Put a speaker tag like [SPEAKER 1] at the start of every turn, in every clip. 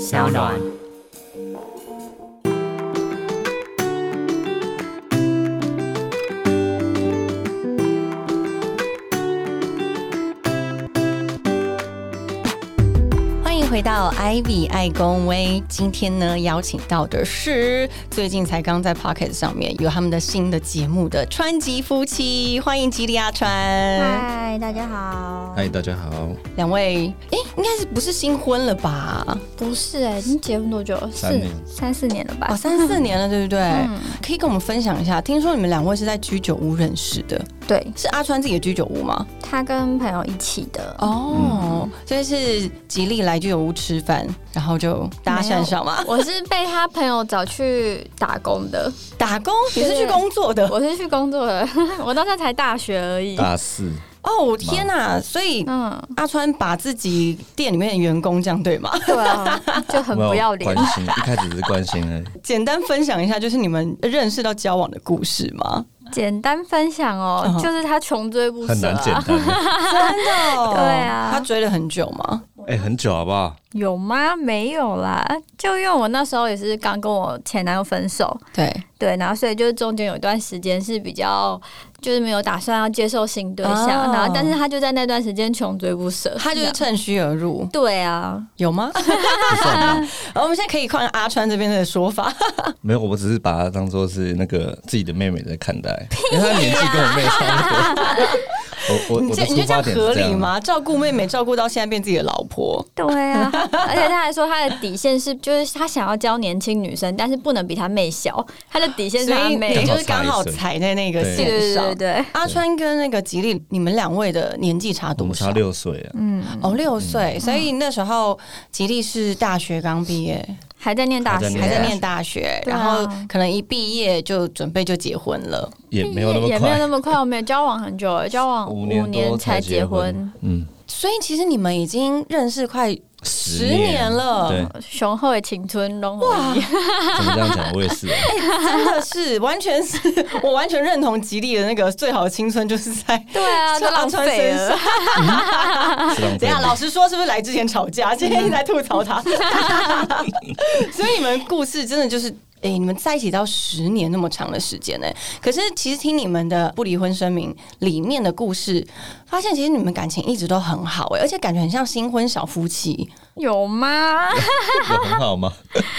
[SPEAKER 1] 小暖。欢迎回到 Ivy 爱公威，今天呢邀请到的是最近才刚在 Pocket 上面有他们的新的节目的川吉夫妻，欢迎吉利阿川。
[SPEAKER 2] 嗨，大家好。
[SPEAKER 3] 嗨，大家好，
[SPEAKER 1] 两位，哎、应该是不是新婚了吧？
[SPEAKER 2] 不是哎、你结婚多久？
[SPEAKER 3] 三
[SPEAKER 2] 四
[SPEAKER 3] 年
[SPEAKER 2] 三四年了吧？
[SPEAKER 1] 哦，三四年了，对不对？可以跟我们分享一下。听说你们两位是在居酒屋认识的，
[SPEAKER 2] 对，
[SPEAKER 1] 是阿川自己的居酒屋吗？
[SPEAKER 2] 他跟朋友一起的。
[SPEAKER 1] 哦，所以是吉利来居酒屋吃饭，然后就搭讪上嘛，
[SPEAKER 2] 我是被他朋友找去打工 的，
[SPEAKER 1] 打工
[SPEAKER 2] 对
[SPEAKER 1] 也是去工作的。
[SPEAKER 2] 我是去工作的， 我到现在才大学而已。
[SPEAKER 3] 大四，
[SPEAKER 1] 哦，天哪！所以
[SPEAKER 2] 嗯，
[SPEAKER 1] 阿川把自己店里面的员工这样对吗？
[SPEAKER 2] 对啊，就很不要脸
[SPEAKER 3] 关。心，一开始只是关心而已。
[SPEAKER 1] 简单分享一下，就是你们认识到交往的故事 吗？
[SPEAKER 2] 简单分享哦
[SPEAKER 1] 嗯，
[SPEAKER 2] 就是他穷追不
[SPEAKER 3] 很
[SPEAKER 2] 舍
[SPEAKER 3] 难简
[SPEAKER 2] 啊，
[SPEAKER 3] 单欸，
[SPEAKER 1] 真的哦、
[SPEAKER 2] 对啊
[SPEAKER 1] 他追了很久吗？
[SPEAKER 3] 哎、很久好不好？
[SPEAKER 2] 有吗？没有啦，就因为我那时候也是刚跟我前男友分手，
[SPEAKER 1] 对，
[SPEAKER 2] 对，然后所以就是中间有一段时间是比较就是没有打算要接受新对象，
[SPEAKER 1] 哦
[SPEAKER 2] 然后但是他就在那段时间穷追不舍，
[SPEAKER 1] 他就是
[SPEAKER 2] 这样
[SPEAKER 1] 趁虚而入，
[SPEAKER 2] 对啊，
[SPEAKER 1] 有吗？
[SPEAKER 3] 不算吧，
[SPEAKER 1] 我们现在可以看阿川这边的说 法。
[SPEAKER 3] 没有，我只是把她当做是那个自己的妹妹在看待，因为她年纪跟我妹差不多。我我
[SPEAKER 1] 你
[SPEAKER 3] 我
[SPEAKER 1] 这
[SPEAKER 3] 的
[SPEAKER 1] 你觉得这
[SPEAKER 3] 出发
[SPEAKER 1] 样
[SPEAKER 3] 点是
[SPEAKER 1] 合
[SPEAKER 3] 这
[SPEAKER 1] 理
[SPEAKER 3] 样，啊
[SPEAKER 1] 吗？照顾妹妹照顾到现在变自己的老婆，
[SPEAKER 2] 对啊，而且他还说他的底线是就是他想要教年轻女生，但是不能比他妹小，他的底线是
[SPEAKER 1] 所
[SPEAKER 2] 他
[SPEAKER 1] 以
[SPEAKER 2] 妹
[SPEAKER 1] 你
[SPEAKER 3] 妹。
[SPEAKER 1] 就是刚好踩在那个
[SPEAKER 2] 对
[SPEAKER 1] 线
[SPEAKER 2] 对
[SPEAKER 1] 上
[SPEAKER 2] 对。对，
[SPEAKER 1] 阿川跟那个吉利，你们两位的年纪差
[SPEAKER 3] 我
[SPEAKER 1] 多
[SPEAKER 3] 们
[SPEAKER 1] 少
[SPEAKER 3] 差？六岁啊，
[SPEAKER 2] 嗯，
[SPEAKER 1] 哦，六岁。所以那时候吉利是大学刚毕业，
[SPEAKER 2] 还在念大
[SPEAKER 3] 还在
[SPEAKER 2] 学，
[SPEAKER 3] 对
[SPEAKER 1] 还在念大学，
[SPEAKER 2] 对
[SPEAKER 1] 然
[SPEAKER 2] 啊
[SPEAKER 1] 后可能一毕业就准备就结婚了。
[SPEAKER 3] 也没有那么
[SPEAKER 2] 也没有那
[SPEAKER 3] 快，
[SPEAKER 2] 么快，我们也交往很久了，交往
[SPEAKER 3] 五
[SPEAKER 2] 年
[SPEAKER 3] 年多
[SPEAKER 2] 才
[SPEAKER 3] 结
[SPEAKER 2] 婚，。
[SPEAKER 3] 嗯，
[SPEAKER 1] 所以其实你们已经认识快十
[SPEAKER 3] 十
[SPEAKER 1] 年了，
[SPEAKER 3] 对，
[SPEAKER 2] 雄厚的青春容我一样
[SPEAKER 3] 怎么这样讲？我也是啊，
[SPEAKER 1] 真的是完全是我完全认同吉利的那个最好的青春就是在
[SPEAKER 2] 对啊，都
[SPEAKER 1] 阿
[SPEAKER 2] 浪
[SPEAKER 1] 川
[SPEAKER 2] 费
[SPEAKER 1] 身
[SPEAKER 2] 了
[SPEAKER 1] 上。。
[SPEAKER 3] 是浪费
[SPEAKER 1] 等一下，
[SPEAKER 3] 力
[SPEAKER 1] 老实说，是不是来之前吵 架，今天一直在吐槽 他？所以你们故事真的就是。哎、你们在一起到十年那么长的时间呢、哎可是其实听你们的不离婚声明里面的故事，发现其实你们感情一直都很好哎、而且感觉很像新婚小夫妻，
[SPEAKER 2] 有吗？
[SPEAKER 3] 有很好吗？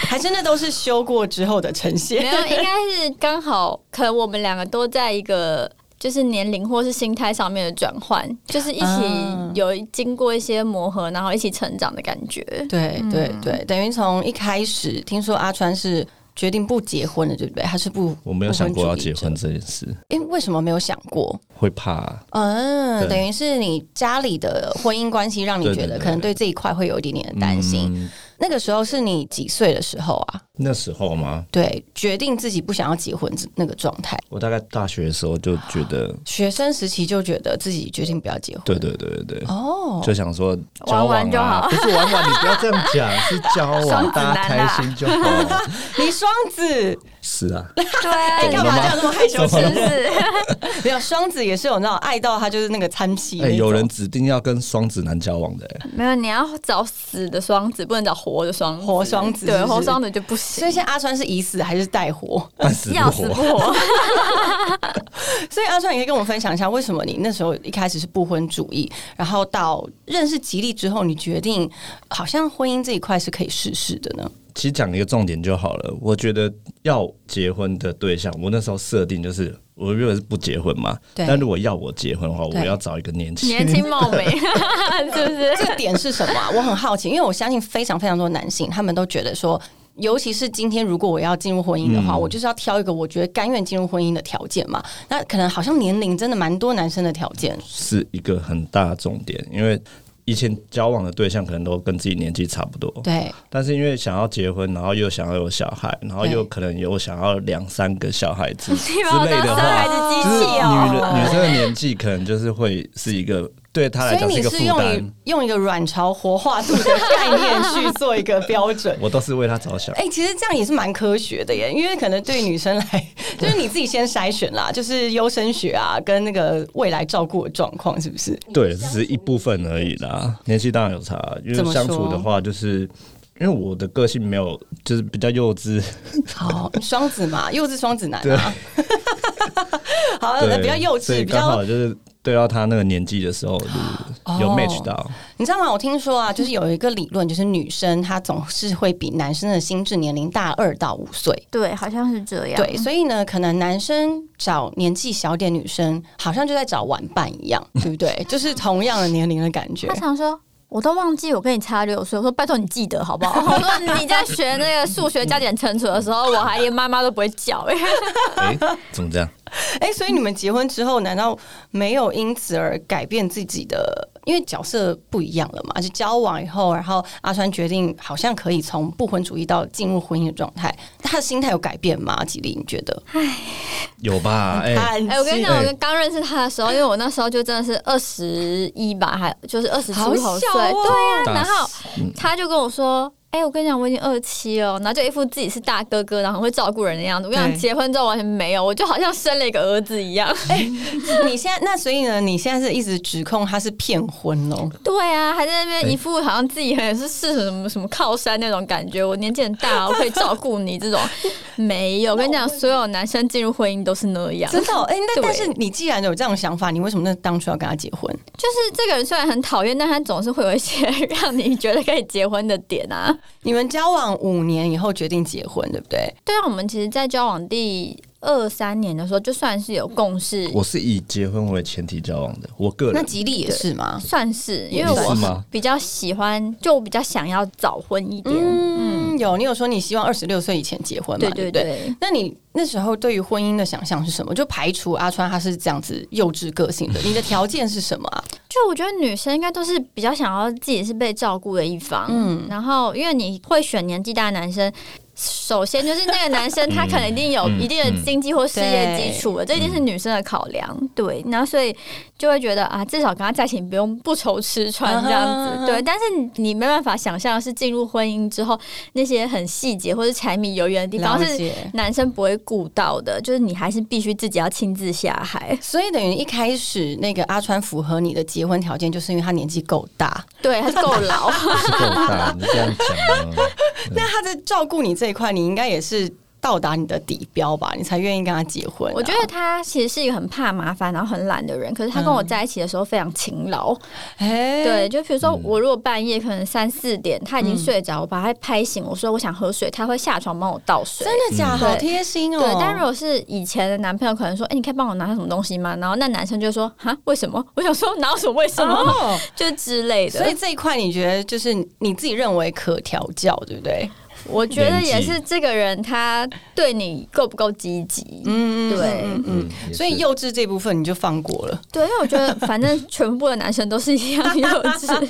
[SPEAKER 1] 还真的都是修过之后的呈
[SPEAKER 2] 没
[SPEAKER 1] 现。
[SPEAKER 2] 有，应该是刚好，可能我们两个都在一个就是年龄或是心态上面的转换，就是一
[SPEAKER 1] 啊
[SPEAKER 2] 起有经过一些磨合，然后一起成长的感觉。
[SPEAKER 1] 对对对，等于从一开始听说阿川是决定不结婚了，对不对？他是不，
[SPEAKER 3] 我没有想过要
[SPEAKER 1] 不主
[SPEAKER 3] 结
[SPEAKER 1] 义者
[SPEAKER 3] 婚。这件事，
[SPEAKER 1] 哎、为什么没有想过？
[SPEAKER 3] 会怕啊、
[SPEAKER 1] 嗯，
[SPEAKER 3] 对
[SPEAKER 1] 等于是你家里的婚姻关系让你
[SPEAKER 3] 对
[SPEAKER 1] 觉
[SPEAKER 3] 对
[SPEAKER 1] 得
[SPEAKER 3] 对
[SPEAKER 1] 可能对这一块会有一点点的担心。
[SPEAKER 3] 嗯
[SPEAKER 1] 那个时候是你几岁的时候啊？
[SPEAKER 3] 那时候吗？
[SPEAKER 1] 对，决定自己不想要结婚那个状态，
[SPEAKER 3] 我大概大学的时候就觉
[SPEAKER 2] 哦
[SPEAKER 3] 得，
[SPEAKER 1] 学生时期就觉得自己决定不要结婚。
[SPEAKER 3] 对对对对对，
[SPEAKER 1] 哦，
[SPEAKER 3] 就想说
[SPEAKER 2] 玩
[SPEAKER 3] 交往
[SPEAKER 2] 玩就
[SPEAKER 3] 啊，
[SPEAKER 2] 好
[SPEAKER 3] 不是玩玩，你不要这样讲，是交
[SPEAKER 2] 双子
[SPEAKER 3] 往，大
[SPEAKER 2] 男
[SPEAKER 3] 家
[SPEAKER 2] 啊
[SPEAKER 3] 开心就 好。
[SPEAKER 1] 你双子
[SPEAKER 3] 是啊，
[SPEAKER 2] 对啊，
[SPEAKER 3] 怎
[SPEAKER 1] 干
[SPEAKER 3] 么了
[SPEAKER 1] 嘛
[SPEAKER 3] 吗
[SPEAKER 1] 这样这么害羞？
[SPEAKER 3] 怎么
[SPEAKER 2] 是
[SPEAKER 3] 了
[SPEAKER 2] 不是？
[SPEAKER 1] 没有双子也是有那种爱到他就是那个参妻那
[SPEAKER 3] 哎，
[SPEAKER 1] 种。
[SPEAKER 3] 有人指定要跟双子男交往的，哎
[SPEAKER 2] 没有，你要找死的双子，不能找活的双子。
[SPEAKER 1] 活双子是
[SPEAKER 2] 对，
[SPEAKER 1] 不是
[SPEAKER 2] 活双子就不
[SPEAKER 1] 所以
[SPEAKER 2] 行，
[SPEAKER 1] 现在阿川是已死还是待活？
[SPEAKER 3] 半死
[SPEAKER 2] 要
[SPEAKER 3] 不
[SPEAKER 2] 死不
[SPEAKER 3] 活。
[SPEAKER 2] 活。
[SPEAKER 1] 所以阿川，你可以跟我分享一下，为什么你那时候一开始是不婚主义，然后到认识吉利之后，你决定好像婚姻这一块是可以试试的呢？
[SPEAKER 3] 其实讲一个重点就好了，我觉得要结婚的对象，我那时候设定就是，我原本是不结婚嘛，
[SPEAKER 1] 对
[SPEAKER 3] 但如果要我结婚的话，我
[SPEAKER 1] 对
[SPEAKER 3] 要找一个年轻
[SPEAKER 2] 年轻貌美， 是不是？
[SPEAKER 1] 这个点是什么啊、 我很好奇，因为我相信非常非常多男性，他们都觉得说。尤其是今天，如果我要进入婚姻的话，我就是要挑一个我觉得甘愿进入婚姻的条件嘛。那可能好像年龄真的蛮多男生的条件，
[SPEAKER 3] 是一个很大的重点，因为以前交往的对象可能都跟自己年纪差不多，
[SPEAKER 1] 对，
[SPEAKER 3] 但是因为想要结婚，然后又想要有小孩，然后又可能有想要两三个小孩 子之
[SPEAKER 2] 你
[SPEAKER 1] 啊
[SPEAKER 2] 把我当
[SPEAKER 3] 类的
[SPEAKER 2] 生孩
[SPEAKER 3] 话，
[SPEAKER 2] 子机
[SPEAKER 3] 就是
[SPEAKER 2] 器
[SPEAKER 3] 女
[SPEAKER 2] 哦、
[SPEAKER 3] 人女生的年纪可能就是会是一个对她
[SPEAKER 1] 所
[SPEAKER 3] 来
[SPEAKER 1] 以
[SPEAKER 3] 讲是一
[SPEAKER 1] 你
[SPEAKER 3] 个
[SPEAKER 1] 是
[SPEAKER 3] 负
[SPEAKER 1] 用
[SPEAKER 3] 担
[SPEAKER 1] 一。用一个卵巢活化度的概念去做一个标准。
[SPEAKER 3] 我都是为她着想，
[SPEAKER 1] 哎、其实这样也是蛮科学的耶，因为可能对女生来， 就是你自己先筛选啦，就是优生学啊，跟那个未来照顾的状况是不是？
[SPEAKER 3] 对，只是一部分而已啦。年纪当然有差，因
[SPEAKER 1] 怎么
[SPEAKER 3] 为
[SPEAKER 1] 说
[SPEAKER 3] 相处的话就是。因为我的个性没有，就是比较幼稚，
[SPEAKER 1] 好，双子嘛，幼稚双子男
[SPEAKER 3] 对
[SPEAKER 1] 啊。 好，
[SPEAKER 3] 对，
[SPEAKER 1] 呃比较幼
[SPEAKER 3] 所以
[SPEAKER 1] 稚，比
[SPEAKER 3] 刚
[SPEAKER 1] 较
[SPEAKER 3] 好就是对到他那个年纪的时候，就是有
[SPEAKER 1] 哦
[SPEAKER 3] match 到，
[SPEAKER 1] 你知道吗？我听说啊，就是有一个理论，就是女生她总是会比男生的心智年龄大二到五岁。
[SPEAKER 2] 对，好像是这样。
[SPEAKER 1] 对，所以呢，可能男生找年纪小点女生，好像就在找玩伴一样，对不对？就是同样的年龄的感觉
[SPEAKER 2] 他。常说。我都忘记我跟你差六岁，我说拜托你记得好不好？ 我说你在学那个数学加减乘除的时候，我还连妈妈都不会叫 哎、
[SPEAKER 3] 哎、怎么这样？
[SPEAKER 1] 哎、所以你们结婚之后，难道没有因此而改变自己的？因为角色不一样了嘛，就交往以后，然后阿川决定好像可以从不婚主义到进入婚姻的状态，他的心态有改变吗？吉利，你觉得？
[SPEAKER 3] 有吧？哎、
[SPEAKER 1] 叹气
[SPEAKER 2] 哎、我跟你讲，
[SPEAKER 3] 哎
[SPEAKER 2] 我刚认识他的时候，因为我那时候就真的是二十一吧，还就是二十出
[SPEAKER 1] 好小
[SPEAKER 2] 头
[SPEAKER 1] 哦嗯
[SPEAKER 2] 岁，对呀、啊
[SPEAKER 3] 大
[SPEAKER 2] 然后他就跟我说。哎、我跟你讲，我已经二七了，然后就一副自己是大哥哥，然后很会照顾人的样子。我跟你
[SPEAKER 1] 对
[SPEAKER 2] 讲，结婚之后完全没有，我就好像生了一个儿子一样。
[SPEAKER 1] 你现在那所以呢？你现在是一直指控他是骗婚哦喽？
[SPEAKER 2] 对啊，还在那边一副好像自己很是是什么什么靠山那种感觉。我年纪很大，我可以照顾你这种，没有。我跟你讲，所有男生进入婚姻都是那样，
[SPEAKER 1] 真的哦、哎、那
[SPEAKER 2] 对
[SPEAKER 1] 但是你既然有这样的想法，你为什么那当初要跟他结婚？
[SPEAKER 2] 就是这个人虽然很讨厌，但他总是会有一些让你觉得可以结婚的点啊。
[SPEAKER 1] 你们交往五年以后决定结婚，对不对？
[SPEAKER 2] 对啊，我们其实，在交往第二三年的时候，就算是有共识，
[SPEAKER 3] 我是以结婚为前提交往的，我个
[SPEAKER 1] 那
[SPEAKER 3] 人
[SPEAKER 1] 吉利也是吗？
[SPEAKER 2] 算是因为
[SPEAKER 3] 你是
[SPEAKER 2] 我
[SPEAKER 3] 吗
[SPEAKER 2] 比较喜欢，就我比较想要早婚一点。
[SPEAKER 1] 嗯，有你有说你希望二十六岁以前结婚嘛？
[SPEAKER 2] 对
[SPEAKER 1] 对
[SPEAKER 2] 对
[SPEAKER 1] 不
[SPEAKER 2] 对，
[SPEAKER 1] 那你那时候对于婚姻的想象是什么？就排除阿川他是这样子幼稚个性的，你的条件是什么啊？
[SPEAKER 2] 就我觉得女生应该都是比较想要自己是被照顾的一方，嗯，然后因为你会选年纪大的男生。首先就是那个男生，他可能一定有
[SPEAKER 3] 嗯
[SPEAKER 2] 一定的经济或事业基础了，这一定是女生的考量，对。然后所以就会觉得啊，至少跟他在一起，你不用不愁吃穿这样
[SPEAKER 1] 嗯哼
[SPEAKER 2] 子，对。但是你没办法想象的是进入婚姻之后那些很细节或是柴米油盐的地方
[SPEAKER 1] 了
[SPEAKER 2] 是
[SPEAKER 1] 解。
[SPEAKER 2] 男生不会顾到的，就是你还是必须自己要亲自下海。
[SPEAKER 1] 所以等于一开始那个阿川符合你的结婚条件，就是因为他年纪够大。
[SPEAKER 2] 对，还是够 老。
[SPEAKER 3] 是够大，你这样讲啊，
[SPEAKER 1] 那他在照顾你这一块，你应该也是到达你的底标吧，你才愿意跟他结婚啊、
[SPEAKER 2] 我觉得他其实是一个很怕麻烦，然后很懒的人。可是他跟我在一起的时候非常勤劳，
[SPEAKER 1] 哎、
[SPEAKER 2] 对，就比如
[SPEAKER 3] 嗯
[SPEAKER 2] 说我如果半夜可能三四点他已经睡着，我把他拍醒，我说我想喝水，他会下床帮我倒水。
[SPEAKER 3] 嗯
[SPEAKER 1] 真的哦假的？
[SPEAKER 2] 对
[SPEAKER 1] 好贴心哦、
[SPEAKER 2] 对，但如果是以前的男朋友，可能说：“哎、你可以帮我拿什么东西吗？”然后那男生就说：“哈，为什么？”我想说哪有什么为什么，
[SPEAKER 1] 哦，
[SPEAKER 2] 就之类的。
[SPEAKER 1] 所以这一块你觉得就是你自己认为可调教，对不对？
[SPEAKER 2] 我觉得也
[SPEAKER 3] 年纪
[SPEAKER 2] 是这个人他对你够不够积极。
[SPEAKER 1] 嗯
[SPEAKER 2] 对
[SPEAKER 3] 嗯，也是
[SPEAKER 1] 所以幼稚这部分你就放过了，
[SPEAKER 2] 对，因为我觉得反正全部的男生都是一样 幼稚。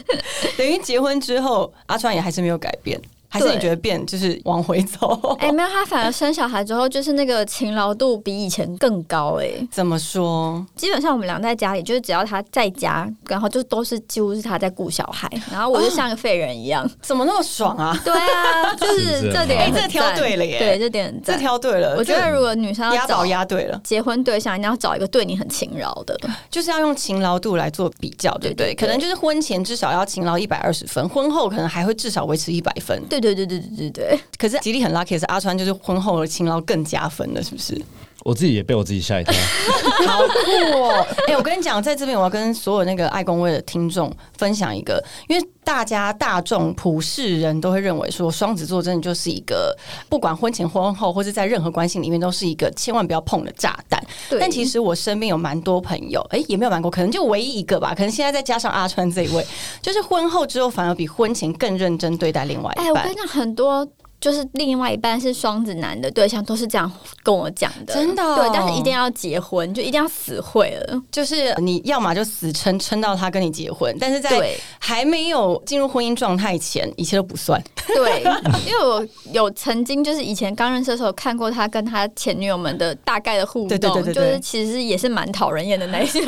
[SPEAKER 1] 等于结婚之后，阿川也还是没有改变，还是你
[SPEAKER 2] 对
[SPEAKER 1] 觉得变就是往回走？
[SPEAKER 2] 哎、没有，他反而生小孩之后，就是那个勤劳度比以前更高、哎，
[SPEAKER 1] 怎么说？
[SPEAKER 2] 基本上我们俩在家里，就是只要他在家，然后就都是几乎是他在顾小孩，然后我就像个废人一样。
[SPEAKER 1] 怎么那么爽啊？
[SPEAKER 2] 对啊，就是
[SPEAKER 3] 不是
[SPEAKER 2] 是这
[SPEAKER 1] 哎、
[SPEAKER 2] 点很赞、
[SPEAKER 1] 这挑对了耶！
[SPEAKER 2] 对，这点很
[SPEAKER 1] 这
[SPEAKER 2] 赞。
[SPEAKER 1] 挑对了。
[SPEAKER 2] 我觉得如果女
[SPEAKER 1] 这
[SPEAKER 2] 生
[SPEAKER 1] 押
[SPEAKER 2] 要
[SPEAKER 1] 宝
[SPEAKER 2] 找
[SPEAKER 1] 押对了，
[SPEAKER 2] 结婚对象，一定要找一个对你很勤劳的。
[SPEAKER 1] 就是要用勤劳度来做比较，对不对？
[SPEAKER 2] 对对对
[SPEAKER 1] 可能就是婚前至少要勤劳一百二十分，婚后可能还会至少维持一百分。
[SPEAKER 2] 对对对对对对对，
[SPEAKER 1] 可是吉利很 lucky 的是阿川就是婚后的勤劳更加分了，是不是？
[SPEAKER 3] 我自己也被我自己吓一跳，
[SPEAKER 1] 好酷哦！哎、我跟你讲，在这边我要跟所有那个爱公会的听众分享一个，因为大家大众普世人都会认为说，双子座真的就是一个不管婚前婚后，或是在任何关系里面，都是一个千万不要碰的炸弹。
[SPEAKER 2] 对
[SPEAKER 1] 但其实我身边有蛮多朋友，哎、也没有蛮多，可能就唯一一个吧，可能现在再加上阿川这一位，就是婚后之后反而比婚前更认真对待另外
[SPEAKER 2] 哎、
[SPEAKER 1] 一
[SPEAKER 2] 我
[SPEAKER 1] 半。
[SPEAKER 2] 跟你讲，很多就是另外一半是双子男的对象，都是这样跟我讲的，
[SPEAKER 1] 真的哦
[SPEAKER 2] 对，但是一定要结婚，就一定要死会了。
[SPEAKER 1] 就是你要么就死撑撑到他跟你结婚，但是在
[SPEAKER 2] 对，
[SPEAKER 1] 还没有进入婚姻状态前，一切都不算。
[SPEAKER 2] 对，因为我有曾经就是以前刚认识的时候看过他跟他前女友们的大概的互动，
[SPEAKER 1] 对对对对对
[SPEAKER 2] 就是其实也是蛮讨人厌的那一 种。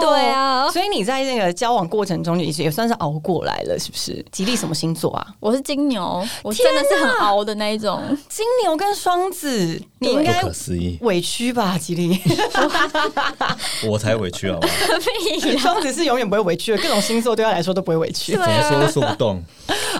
[SPEAKER 2] 对啊，
[SPEAKER 1] 哦所以你在那个交往过程中也也算是熬过来了，是不是？吉利什么星座啊？
[SPEAKER 2] 我是金牛，我真的是是很熬的那一种。
[SPEAKER 1] 金牛跟双子，你应该
[SPEAKER 3] 不可思议，
[SPEAKER 1] 委屈吧，吉 林？
[SPEAKER 3] 我才委屈好不好？
[SPEAKER 2] 屁啦
[SPEAKER 1] 双子是永远不会委屈的，各种星座对他来说都不会委屈。
[SPEAKER 3] 怎么说都说不动，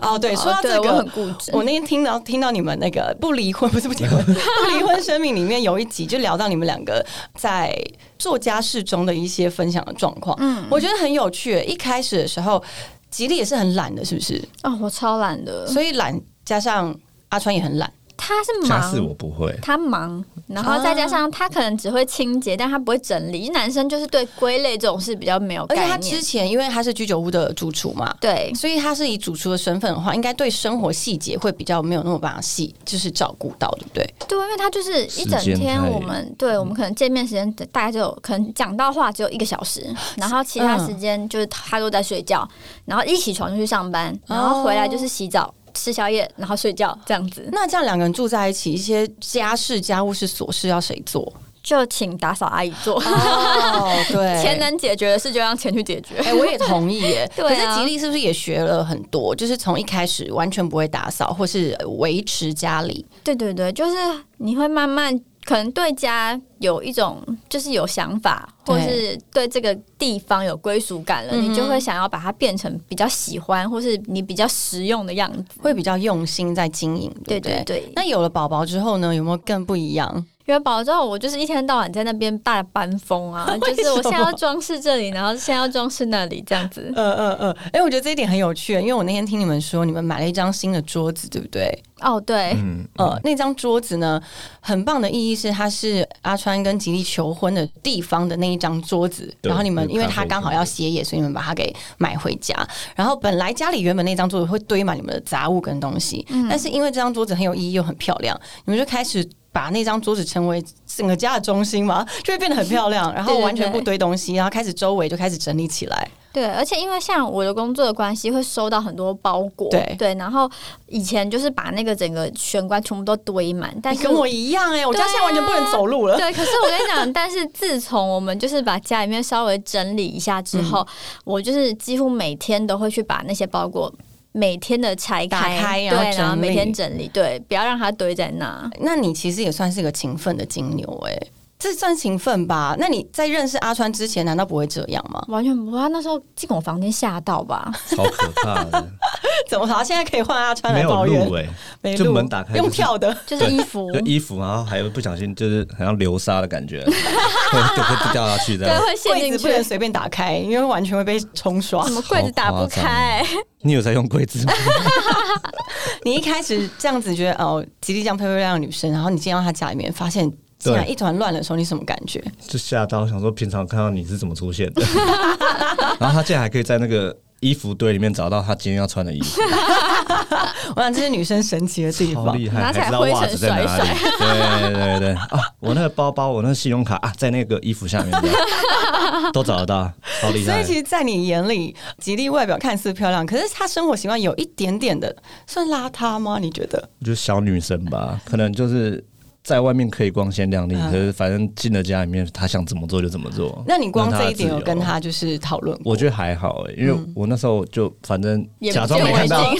[SPEAKER 1] 啊哦，对，说到这
[SPEAKER 2] 对
[SPEAKER 1] 个，
[SPEAKER 2] 我很固执
[SPEAKER 1] 我那天听到听到你们那个不离婚，不是不结婚，不离婚声明里面有一集就聊到你们两个在做家事中的一些分享的状况，嗯，我觉得很有趣。一开始的时候，吉利也是很懒的，是不是？
[SPEAKER 2] 哦，我超懒的。
[SPEAKER 1] 所以懒加上阿川也很懒，
[SPEAKER 2] 他是
[SPEAKER 3] 家事
[SPEAKER 2] 忙，
[SPEAKER 3] 我不会。
[SPEAKER 2] 他忙，然后再加
[SPEAKER 1] 啊
[SPEAKER 2] 上他可能只会清洁，但他不会整理。男生就是对归类这种事比较没有
[SPEAKER 1] 而且
[SPEAKER 2] 概
[SPEAKER 1] 他
[SPEAKER 2] 念嗯
[SPEAKER 1] 之。前因为他是居酒屋的主厨嘛。
[SPEAKER 2] 对，
[SPEAKER 1] 所以他是以主厨的身份的话，应该对生活细节会比较没有那么把细，就是照顾到，对不对？
[SPEAKER 2] 对，因为他就是一整
[SPEAKER 3] 时间
[SPEAKER 2] 天，
[SPEAKER 3] 太嗯
[SPEAKER 2] 我们对我们可能见面时间大概就有可能讲到话只有一个小时，然后其他
[SPEAKER 1] 嗯
[SPEAKER 2] 时间就是他都在睡觉，然后一起床就去上班，然后回来就是洗澡、吃宵夜，然后睡觉这样子，
[SPEAKER 1] 哦那这样两个人住在一起，一些家事、家务事、琐事要谁做？
[SPEAKER 2] 就请打扫阿姨做。
[SPEAKER 1] 哦， 对，
[SPEAKER 2] 钱能解决的事就让钱去解决。
[SPEAKER 1] 哎、我也同意耶。
[SPEAKER 2] 对啊
[SPEAKER 1] 可是吉利是不是也学了很多？就是从一开始完全不会打扫，或是维持家里。
[SPEAKER 2] 对对对，就是你会慢慢可能对家有一种就是有想法，
[SPEAKER 1] 对
[SPEAKER 2] 或是对这个地方有归属感了，
[SPEAKER 1] 嗯哼
[SPEAKER 2] 你就会想要把它变成比较喜欢，或是你比较实用的样子。
[SPEAKER 1] 会比较用心在经营，
[SPEAKER 2] 对
[SPEAKER 1] 不对
[SPEAKER 2] 对对，
[SPEAKER 1] 那有了宝宝之后呢，有没有更不一样？
[SPEAKER 2] 元宝之后，我就是一天到晚在那边大搬风啊，
[SPEAKER 1] 为
[SPEAKER 2] 就是
[SPEAKER 1] 什
[SPEAKER 2] 我现在
[SPEAKER 1] 么
[SPEAKER 2] 要装饰这里，然后现在要装饰那里，这样子。
[SPEAKER 1] 呃呃呃，哎、我觉得这一点很有趣，因为我那天听你们说，你们买了一张新的桌子，对不对？
[SPEAKER 2] 哦，对，
[SPEAKER 3] 嗯，
[SPEAKER 1] 呃，那张桌子呢，很棒的意义是它是阿川跟吉利求婚的地方的那一张桌子，
[SPEAKER 3] 对
[SPEAKER 1] 然后你们
[SPEAKER 3] 有
[SPEAKER 1] 因为
[SPEAKER 3] 咖
[SPEAKER 1] 他
[SPEAKER 3] 啡
[SPEAKER 1] 刚好
[SPEAKER 3] 厅
[SPEAKER 1] 要歇业，所以你们把它给买回家。然后本来家里原本那张桌子会堆满你们的杂物跟东西，
[SPEAKER 3] 嗯
[SPEAKER 1] 但是因为这张桌子很有意义又很漂亮，你们就开始。把那张桌子成为整个家的中心嘛，就会变得很漂亮，然后
[SPEAKER 2] 对对
[SPEAKER 1] 完全不
[SPEAKER 2] 对
[SPEAKER 1] 堆东西，然后开始周围就开始整理起来。
[SPEAKER 2] 对，而且因为像我的工作的关系，会收到很多包裹，
[SPEAKER 1] 对
[SPEAKER 2] 然后以前就是把那个整个玄关全部都堆满，但
[SPEAKER 1] 你
[SPEAKER 2] 是
[SPEAKER 1] 跟我一样哎、我家现在完全不能走路了。
[SPEAKER 2] 对，可是我跟你讲，但是自从我们就是把家里面稍微整理一下之后，我就是几乎每天都会去把那些包裹每天的拆
[SPEAKER 1] 打
[SPEAKER 2] 开，
[SPEAKER 1] 开然后
[SPEAKER 2] 对，然后
[SPEAKER 1] 整
[SPEAKER 2] 每
[SPEAKER 1] 理
[SPEAKER 2] 天整理，对，不要让它堆在那。
[SPEAKER 1] 那你其实也算是个勤奋的金牛哎、这算勤奋吧？那你在认识阿川之前，难道不会这样吗？
[SPEAKER 2] 完全不会，他那时候进我房间吓到 吧？
[SPEAKER 3] 超可怕的，
[SPEAKER 1] 怎么了？现在可以换阿川
[SPEAKER 3] 没
[SPEAKER 1] 来
[SPEAKER 3] 有
[SPEAKER 1] 抱怨
[SPEAKER 3] 路，哎，
[SPEAKER 1] 没
[SPEAKER 3] 就
[SPEAKER 1] 录
[SPEAKER 3] 门打开就是
[SPEAKER 1] 用跳的，
[SPEAKER 2] 就是衣服，
[SPEAKER 3] 就衣服，然后还有不小心就是好像流沙的感觉，会会掉下去这
[SPEAKER 2] 对，
[SPEAKER 3] 样。
[SPEAKER 2] 会陷
[SPEAKER 1] 柜
[SPEAKER 2] 进
[SPEAKER 1] 子
[SPEAKER 2] 去
[SPEAKER 1] 不，能随便打开，因为完全会被冲刷
[SPEAKER 2] 什。么柜子打
[SPEAKER 3] 好
[SPEAKER 2] 不
[SPEAKER 3] 夸张
[SPEAKER 2] 开、
[SPEAKER 3] 你有在用柜子吗？
[SPEAKER 1] 你一开始这样子觉得哦，吉利这样漂漂亮亮的女生，然后你进到她家里面，发现竟然
[SPEAKER 3] 对
[SPEAKER 1] 一团乱的时候，你什么感觉？
[SPEAKER 3] 就吓到，想说平常看到你是怎么出现的，然后他竟然还可以在那个衣服堆里面找到他今天要穿的衣服，
[SPEAKER 1] 我想这是女生神奇的地
[SPEAKER 3] 好
[SPEAKER 1] 方。
[SPEAKER 3] 厉害！
[SPEAKER 2] 拿起来
[SPEAKER 3] 还知道袜子在哪里？
[SPEAKER 2] 灰尘
[SPEAKER 3] 对对对对啊！我那个包包，我那个信用卡啊，在那个衣服下面这样都找得到，超厉
[SPEAKER 1] 所
[SPEAKER 3] 害
[SPEAKER 1] 以，！其实，在你眼里，吉利外表看似漂亮，可是她生活习惯有一点点的算邋遢吗？你觉得？
[SPEAKER 3] 就是小女生吧，可能就是。在外面可以光鲜亮丽，
[SPEAKER 1] 嗯
[SPEAKER 3] 可是反正进了家里面，她想怎么做就怎么做。
[SPEAKER 1] 那你光
[SPEAKER 3] 让她
[SPEAKER 1] 这一点有跟
[SPEAKER 3] 自由
[SPEAKER 1] 他就是讨论过？
[SPEAKER 3] 我觉得还好、欸，因为我那时候就反正
[SPEAKER 2] 也不
[SPEAKER 3] 假装
[SPEAKER 2] 见
[SPEAKER 3] 没
[SPEAKER 2] 为
[SPEAKER 3] 看到，
[SPEAKER 2] 净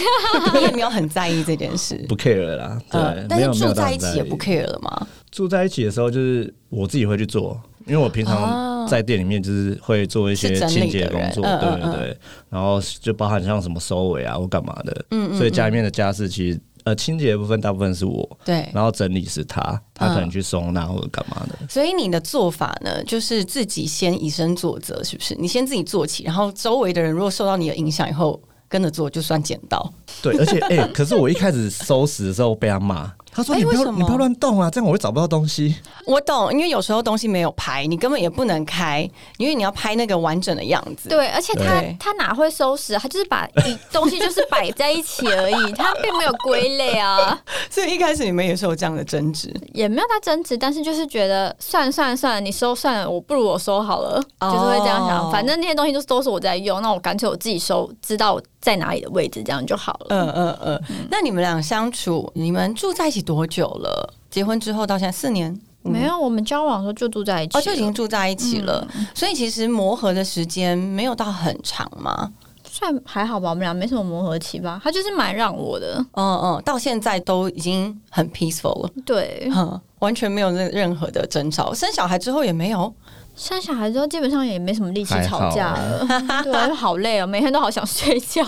[SPEAKER 1] 你也没有很在意这件 事。
[SPEAKER 3] 不 care 了啦。对，
[SPEAKER 1] 嗯，但是
[SPEAKER 3] 没有没
[SPEAKER 1] 住
[SPEAKER 3] 有到
[SPEAKER 1] 在
[SPEAKER 3] 很
[SPEAKER 1] 一起也不
[SPEAKER 3] 意
[SPEAKER 1] care 了嘛。
[SPEAKER 3] 住在一起的时候，就是我自己会去做，因为我
[SPEAKER 1] 哦
[SPEAKER 3] 平常在店里面就是会做一些
[SPEAKER 1] 是整理的
[SPEAKER 3] 清洁工作，
[SPEAKER 1] 人嗯
[SPEAKER 3] 对
[SPEAKER 1] 嗯
[SPEAKER 3] 对对，然后就包含像什么收尾啊，我干嘛的，
[SPEAKER 1] 嗯
[SPEAKER 3] 所以家里面的家事其实。呃，清洁的部分大部分是我，
[SPEAKER 1] 对，嗯
[SPEAKER 3] 然后整理是他，他可能去收纳或者干嘛的。
[SPEAKER 1] 所以你的做法呢，就是自己先以身作则，是不是？你先自己做起，然后周围的人如果受到你的影响以后。跟着做就算捡到，
[SPEAKER 3] 对， 而且哎、可是我一开始收拾的时候被他骂，他说
[SPEAKER 1] 哎
[SPEAKER 3] 你不要、
[SPEAKER 1] 为什么
[SPEAKER 3] 你不要乱动啊，这样我会找不到东西。
[SPEAKER 1] 我懂，因为有时候东西没有拍，你根本也不能开，因为你要拍那个完整的样子。，
[SPEAKER 2] 对，而且他
[SPEAKER 1] 对
[SPEAKER 2] 他哪会收拾啊？他就是把一东西就是摆在一起而已，他并没有归类啊，
[SPEAKER 1] 所以一开始你们也是有这样的争执，
[SPEAKER 2] 也没有他争执，但是就是觉得算了算了算了，你收算了，我不如我收好了，
[SPEAKER 1] 哦
[SPEAKER 2] 就是会这样想。反正那些东西就是都是我在用，那我干脆我自己收，知道我在哪里的位置，这样就好了。
[SPEAKER 1] 嗯嗯嗯。那你们俩相处，你们住在一起多久了？结婚之后到现在四年，五年
[SPEAKER 2] 没有，我嗯们交往的时候就住在一
[SPEAKER 1] 哦
[SPEAKER 2] 起了，
[SPEAKER 1] 哦，就已经住在一起了，所以其实磨合的时间没有到很长嘛。
[SPEAKER 2] 算还好吧，我们俩没什么磨合期吧。他就是蛮让我的，
[SPEAKER 1] 嗯嗯，到现在都已经很 peaceful 了，
[SPEAKER 2] 对。
[SPEAKER 1] 嗯，完全没有任任何的争吵。生小孩之后也没有，
[SPEAKER 2] 生小孩之后基本上也没什么力气吵 架了，对啊，就好累哦，每天都好想睡觉。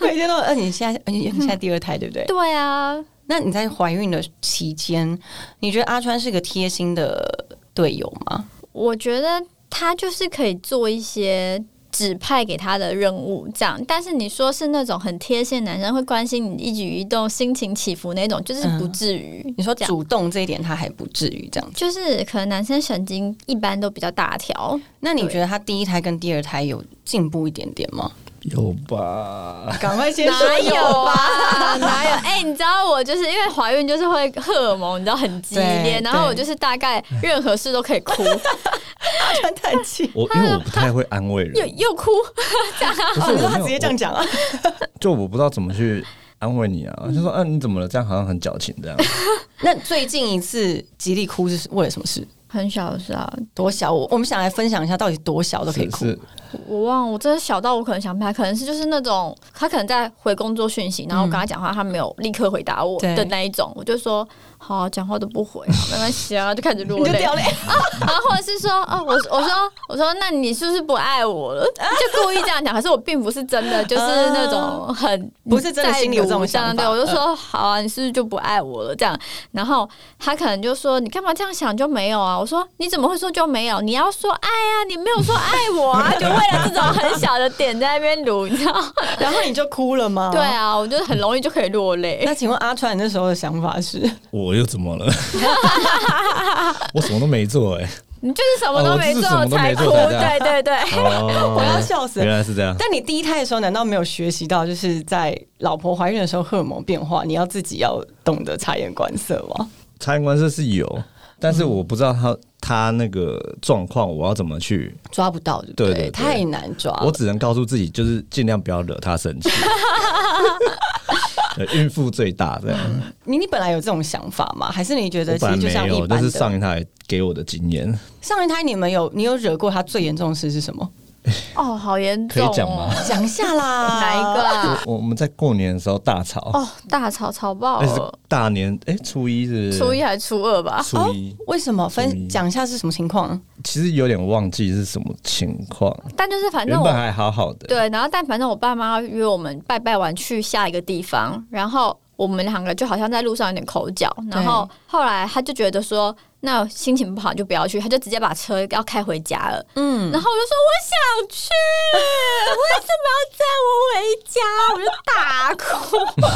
[SPEAKER 1] 每天都。呃，你现在你现在第二胎对不对？
[SPEAKER 2] 对啊，
[SPEAKER 1] 那你在怀孕的期间，你觉得阿川是个贴心的队友吗？
[SPEAKER 2] 我觉得他就是可以做一些指派给他的任务这样，但是你说是那种很贴心的男生会关心你一举一动、心情起伏那种，就是不至于、
[SPEAKER 1] 你说
[SPEAKER 2] 这样
[SPEAKER 1] 主动这一点他还不至于这样子。
[SPEAKER 2] 就是可能男生神经一般都比较大条，
[SPEAKER 1] 那你
[SPEAKER 2] 对
[SPEAKER 1] 觉得他第一胎跟第二胎有进步一点点吗？
[SPEAKER 3] 有吧？
[SPEAKER 1] 赶快先
[SPEAKER 2] 哪 有？啊？哪有？哎、你知道我就是因为怀孕就是会荷尔蒙，你知道很激烈
[SPEAKER 1] 对，
[SPEAKER 2] 然后我
[SPEAKER 1] 对
[SPEAKER 2] 就是大概任何事都可以哭，
[SPEAKER 1] 叹叹气。
[SPEAKER 3] 我因为我不太会安慰
[SPEAKER 2] 又
[SPEAKER 3] 人，
[SPEAKER 2] 又哭，
[SPEAKER 3] 不
[SPEAKER 1] 哦，
[SPEAKER 3] 是
[SPEAKER 1] 你说他直
[SPEAKER 3] 我没有
[SPEAKER 1] 接这样讲啊？
[SPEAKER 3] 我就我不知道怎么去安慰你
[SPEAKER 1] 嗯
[SPEAKER 3] 啊，就说啊你怎么了？这样好像很矫情这样。
[SPEAKER 1] 那最近一次极力哭是为了什么事？
[SPEAKER 2] 很小的事啊，
[SPEAKER 1] 多小？我我们想来分享一下，到底多小都可以
[SPEAKER 3] 是
[SPEAKER 1] 哭。
[SPEAKER 3] 是，
[SPEAKER 2] 我忘了，我真的小到我可能想不起来，可能是就是那种他可能在回工作讯息，然后我跟他讲话，他没有立刻回答我
[SPEAKER 1] 对
[SPEAKER 2] 的那一种，我就说好、讲话都不回、啊，没关系啊，就开始落
[SPEAKER 1] 你就
[SPEAKER 2] 泪，
[SPEAKER 1] 掉泪，
[SPEAKER 2] 然后或者是说哦，我我说我说那你是不是不爱我了？就故意这样讲，可是我并不是真的，就是那种很
[SPEAKER 1] 嗯不是真的心里有这种想法嗯
[SPEAKER 2] 对，我就说好啊，你是不是就不爱我了？这样，然后他可能就说你干嘛这样想就没有啊？我说你怎么会说就没有？你要说爱啊，你没有说爱我啊，就为了这种很小的点在那边撸，你知道？
[SPEAKER 1] 然后你就哭了吗？
[SPEAKER 2] 对。啊，我就很容易就可以落泪。
[SPEAKER 1] 那请问阿川，你那时候的想法是？
[SPEAKER 3] 我又怎么了？ 我什么都没做哎、
[SPEAKER 2] 你就是什么都没做
[SPEAKER 3] 哦我就是什么都
[SPEAKER 2] 才
[SPEAKER 3] 没
[SPEAKER 2] 哭，
[SPEAKER 3] 做才这样
[SPEAKER 2] 对对对。
[SPEAKER 3] 哦，
[SPEAKER 1] 我要笑死
[SPEAKER 3] 原来是这样。
[SPEAKER 1] 但你第一胎的时候，难道没有学习到，就是在老婆怀孕的时候荷尔蒙变化，你要自己要懂得察言观色吗？
[SPEAKER 3] 察言观色是有，但是我不知道他他那个状况，我要怎么去？
[SPEAKER 1] 抓不到，对不
[SPEAKER 3] 对对对
[SPEAKER 1] 太难抓了。
[SPEAKER 3] 我只能告诉自己，就是尽量不要惹他生气。 对孕妇最大这样，
[SPEAKER 1] 你你本来有这种想法吗？还是你觉得
[SPEAKER 3] 我
[SPEAKER 1] 其
[SPEAKER 3] 本来
[SPEAKER 1] 实就像
[SPEAKER 3] 嗯没
[SPEAKER 1] 一
[SPEAKER 3] 有，
[SPEAKER 1] 般
[SPEAKER 3] 但
[SPEAKER 1] 的
[SPEAKER 3] 是上一台给我的经验
[SPEAKER 1] 上一胎你们有你有惹过他最严重的事是什么？
[SPEAKER 2] 哦，好严
[SPEAKER 3] 可
[SPEAKER 2] 重、哦，
[SPEAKER 3] 以讲吗？？
[SPEAKER 1] 讲一下啦，
[SPEAKER 2] 哪一个？啊？
[SPEAKER 3] 我我们在过年的时候大吵，
[SPEAKER 2] 哦，大吵吵爆
[SPEAKER 3] 那是
[SPEAKER 2] 了，
[SPEAKER 3] 大年哎初一啊哦是不是
[SPEAKER 2] 初一还是初二吧？哦
[SPEAKER 3] 初一，
[SPEAKER 1] 为什么
[SPEAKER 3] 初
[SPEAKER 1] 分
[SPEAKER 3] 一
[SPEAKER 1] 讲一下是什么情况？
[SPEAKER 3] 其实有点忘记是什么情况，
[SPEAKER 2] 但就是反
[SPEAKER 3] 原
[SPEAKER 2] 正
[SPEAKER 3] 本
[SPEAKER 2] 我
[SPEAKER 3] 还好好的，
[SPEAKER 2] 对，然后但反正我爸妈约我们拜拜完去下一个地方，然后我们两个就好像在路上有点口角，然后后来他就觉得说。那心情不好就不要去，他就直接把车要开回家了。
[SPEAKER 1] 嗯，
[SPEAKER 2] 然后我就说我想去，为什么要载我回家？ 我就大哭。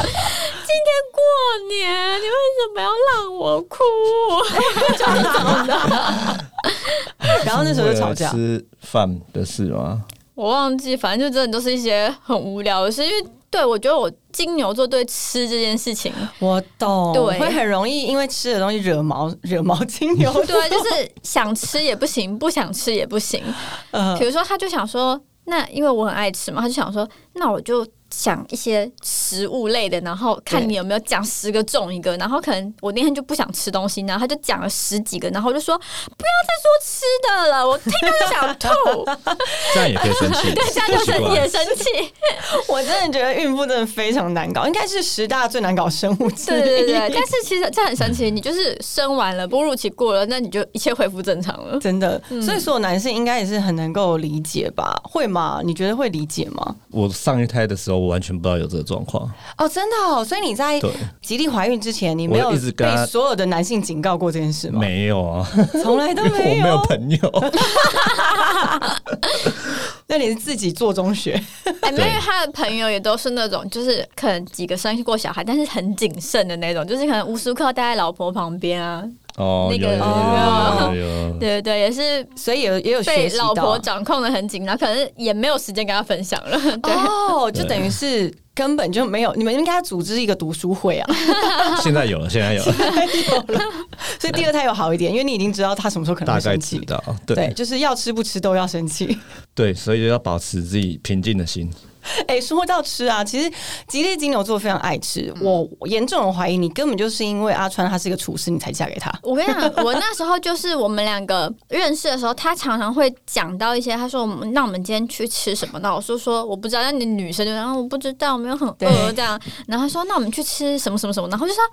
[SPEAKER 2] 今天过年，你为什么要让我哭？
[SPEAKER 1] 然后那时候就吵 架
[SPEAKER 3] 是为了吃饭的事吗？
[SPEAKER 2] 我忘记，反正就真的都是一些很无聊的事，因为对我觉得我金牛座对吃这件 事情，
[SPEAKER 1] 我懂，
[SPEAKER 2] 对
[SPEAKER 1] 会很容易因为吃的东西惹毛惹毛金牛座，
[SPEAKER 2] 对，啊就是想吃也不行，不想吃也不行。
[SPEAKER 3] 嗯
[SPEAKER 1] 呃
[SPEAKER 2] 比如说，他就想说，那因为我很爱吃嘛，他就想说，那我就。想一些食物类的，然后看你有没有讲十个中一个，然后可能我那天就不想吃东西，然后他就讲了十几个，然后我就说不要再说吃的了，我听到就想 吐，
[SPEAKER 3] 这样也可以生气，
[SPEAKER 2] 这样就
[SPEAKER 3] 奇
[SPEAKER 2] 生也
[SPEAKER 3] 怪。
[SPEAKER 2] 生气。
[SPEAKER 1] 我真的觉得孕妇真的非常难搞，应该是十大最难搞生物之一。
[SPEAKER 2] 对对 对，但是其实这很神奇，你就是生完了，哺乳期过了，那你就一切恢复正常 了。
[SPEAKER 1] 真的，
[SPEAKER 2] 嗯
[SPEAKER 1] 所以所有男性应该也是很能够理解吧？会吗？你觉得会理解吗？
[SPEAKER 3] 我上一胎的时候，我完全不知道有这个状况，
[SPEAKER 1] 哦，真的哦，所以你在
[SPEAKER 3] 对
[SPEAKER 1] 极力怀孕之前，你没有
[SPEAKER 3] 我一直跟他
[SPEAKER 1] 被所有的男性警告过这件事吗？，
[SPEAKER 3] 没有啊，
[SPEAKER 1] 从来都
[SPEAKER 3] 因为
[SPEAKER 1] 没
[SPEAKER 3] 我没有朋友。
[SPEAKER 1] 那你是自己做中学，
[SPEAKER 2] 哎，没有，
[SPEAKER 3] 对
[SPEAKER 2] 因为他的朋友也都是那种，就是可能几个生过小孩，但是很谨慎的那种，就是可能无时无刻待在老婆旁边啊。
[SPEAKER 3] 哦，
[SPEAKER 2] 那
[SPEAKER 3] 有
[SPEAKER 2] 个
[SPEAKER 3] 有有有有有，
[SPEAKER 2] 对对对，也是
[SPEAKER 1] 所以也有也有学
[SPEAKER 2] 被
[SPEAKER 1] 习到
[SPEAKER 2] 老婆掌控的很紧，然后可能也没有时间跟他分享 了。对，
[SPEAKER 1] 哦，就等于是根本就没有，你们应该组织一个读书会啊，
[SPEAKER 3] 现在有了，现在有了，
[SPEAKER 1] 有了。所以第二胎有好一点，因为你已经知道他什么时候可能
[SPEAKER 3] 大
[SPEAKER 1] 会
[SPEAKER 3] 概
[SPEAKER 1] 生气。
[SPEAKER 3] 知道。
[SPEAKER 1] 对，
[SPEAKER 3] 对
[SPEAKER 1] 就是要吃不吃都要生气。
[SPEAKER 3] 对，所以就要保持自己平静的心。
[SPEAKER 1] 哎、说到吃啊，其实吉利金牛座非常爱吃，
[SPEAKER 3] 嗯
[SPEAKER 1] 我我严重的怀疑你根本就是因为阿川他是一个厨师，你才嫁给他。
[SPEAKER 2] 我跟你讲，我那时候就是我们两个认识的时候，他常常会讲到一些，他说我们那我们今天去吃什么？那我说说我不知道，那你女生就然后我不知道，我没有很饿
[SPEAKER 1] 对
[SPEAKER 2] 这样。然后他说那我们去吃什么什么什么，然后就说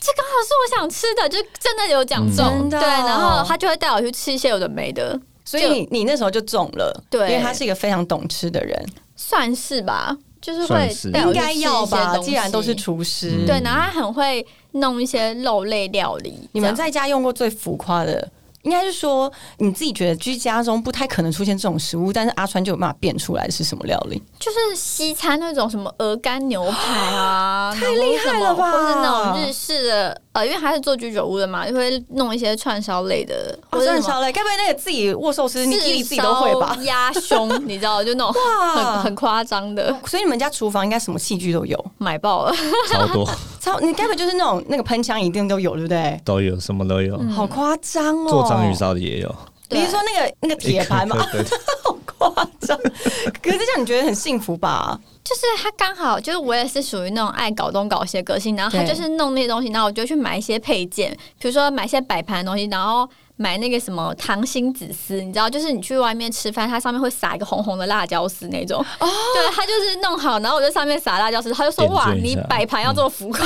[SPEAKER 2] 这刚好是我想吃的，就真的有讲中、
[SPEAKER 1] 嗯真的
[SPEAKER 2] 对，然后他就会带我去吃一些有的没的，
[SPEAKER 1] 所以你你那时候就中了，
[SPEAKER 2] 对
[SPEAKER 1] 因为他是一个非常懂吃的人，
[SPEAKER 2] 算是吧，就是
[SPEAKER 3] 算
[SPEAKER 2] 会
[SPEAKER 3] 是
[SPEAKER 2] 带
[SPEAKER 3] 对
[SPEAKER 1] 应
[SPEAKER 2] 我去
[SPEAKER 1] 该
[SPEAKER 2] 吃一
[SPEAKER 1] 要
[SPEAKER 2] 些
[SPEAKER 1] 吧？
[SPEAKER 2] 东
[SPEAKER 1] 既然都是
[SPEAKER 2] 西
[SPEAKER 1] 厨师，
[SPEAKER 3] 嗯
[SPEAKER 2] 对，然后他很会弄一些肉类料理。
[SPEAKER 1] 你们
[SPEAKER 2] 这样
[SPEAKER 1] 在家用过最浮夸的，应该是说你自己觉得居家中不太可能出现这种食物，但是阿川就有办法变出来是什么料理。
[SPEAKER 2] 就是西餐那种什么鹅肝牛排 啊，太
[SPEAKER 1] 厉害了吧
[SPEAKER 2] 或是那种日式的，呃，因为他是做居酒屋的嘛，就会弄一些串烧类的，或
[SPEAKER 1] 哦，
[SPEAKER 2] 者
[SPEAKER 1] 真的
[SPEAKER 2] 是什么
[SPEAKER 1] 超累，该不会那个自己握寿司，你自己
[SPEAKER 2] 炙
[SPEAKER 1] 自己都会吧
[SPEAKER 2] 烧？鸭胸，你知道，就 那种
[SPEAKER 1] 哇
[SPEAKER 2] 很很夸张的，
[SPEAKER 1] 所以你们家厨房应该什么器具都有，
[SPEAKER 2] 买爆 了。
[SPEAKER 3] 超多
[SPEAKER 1] 超你该不会就是那种那个喷枪一定都有，对不对？
[SPEAKER 3] 都有，什么都有，
[SPEAKER 1] 好夸张哦！
[SPEAKER 3] 做章鱼，烧的也有，
[SPEAKER 1] 你是说那个那个铁盘吗？
[SPEAKER 3] 一颗颗对
[SPEAKER 1] 好 夸张！可是这样你觉得很幸福吧？
[SPEAKER 2] 就是他刚好就是我也是属于那种爱搞东搞西的个性，然后他
[SPEAKER 1] 对
[SPEAKER 2] 就是弄那些东西，然后我就去买一些配件，比如说买一些摆盘的东西，然后买那个什么糖心子丝，你知道，就是你去外面吃饭，它上面会撒一个红红的辣椒丝那种。 哦，对，他就是弄好，然后我在上面撒辣椒丝，他就说
[SPEAKER 3] 点缀
[SPEAKER 2] 哇，
[SPEAKER 3] 一
[SPEAKER 2] 你
[SPEAKER 3] 下
[SPEAKER 2] 摆盘要这么浮夸，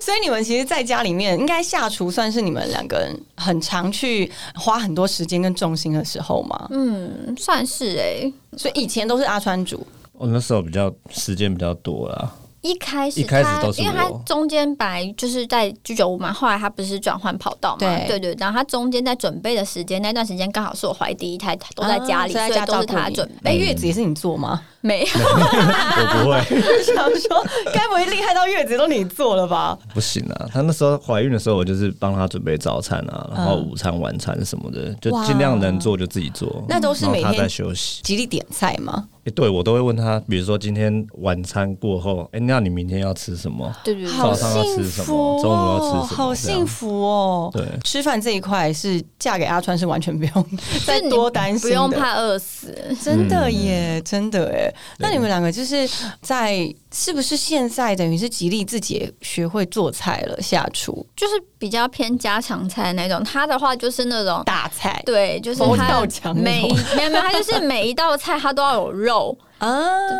[SPEAKER 1] 所以你们其实在家里面，应该下厨算是你们两个人很常去花很多时间跟重心的时候嘛。
[SPEAKER 2] 嗯，算是哎、
[SPEAKER 1] 所以以前都是阿川煮，
[SPEAKER 3] 我那时候比较时间比较多啦，
[SPEAKER 2] 一开始
[SPEAKER 3] 一开始
[SPEAKER 2] 他
[SPEAKER 3] 都是
[SPEAKER 2] 因为他
[SPEAKER 3] 我
[SPEAKER 2] 中间本来就是在居酒屋嘛，后来他不是转换跑道嘛，
[SPEAKER 1] 对
[SPEAKER 2] 对对，然后他中间在准备的时间那段时间刚好是我怀第一胎，都在家里，
[SPEAKER 1] 啊
[SPEAKER 2] 哦所以都是他准备。
[SPEAKER 1] 哎、
[SPEAKER 3] 嗯
[SPEAKER 1] 月子也是你做吗？
[SPEAKER 2] 没有，
[SPEAKER 3] 我不会，
[SPEAKER 1] 我想说，该不会厉害到月子都你做了吧？
[SPEAKER 3] 不行啊。她那时候怀孕的时候，我就是帮她准备早餐啊，
[SPEAKER 1] 嗯
[SPEAKER 3] 然后午餐、晚餐什么的，就尽量能做就自己做。
[SPEAKER 1] 那都是每
[SPEAKER 3] 然后她
[SPEAKER 1] 天
[SPEAKER 3] 在休息。
[SPEAKER 1] 极力点菜吗？
[SPEAKER 3] 诶对我都会问她，比如说今天晚餐过后，哎、那你明天要吃什么？
[SPEAKER 2] 对对
[SPEAKER 3] 好
[SPEAKER 2] 对，
[SPEAKER 3] 早上要吃什么中午要吃什么
[SPEAKER 1] 好幸福哦！
[SPEAKER 3] 这样对
[SPEAKER 1] 吃饭这一块是嫁给阿川是完全不用再
[SPEAKER 2] 就是你
[SPEAKER 1] 多担
[SPEAKER 2] 不
[SPEAKER 1] 心的，
[SPEAKER 2] 用怕饿死。
[SPEAKER 1] 真的耶，真的耶。那你们两个就是在是不是现在等于是吉利自己也学会做菜了，下厨
[SPEAKER 2] 就是比较偏家常菜那种，他的话就是那种。
[SPEAKER 1] 大菜
[SPEAKER 2] 对，就是
[SPEAKER 1] 佛
[SPEAKER 2] 他
[SPEAKER 1] 跳墙那
[SPEAKER 2] 每
[SPEAKER 1] 种
[SPEAKER 2] 没有没有，他就是每一道菜他都要有肉，
[SPEAKER 1] 啊？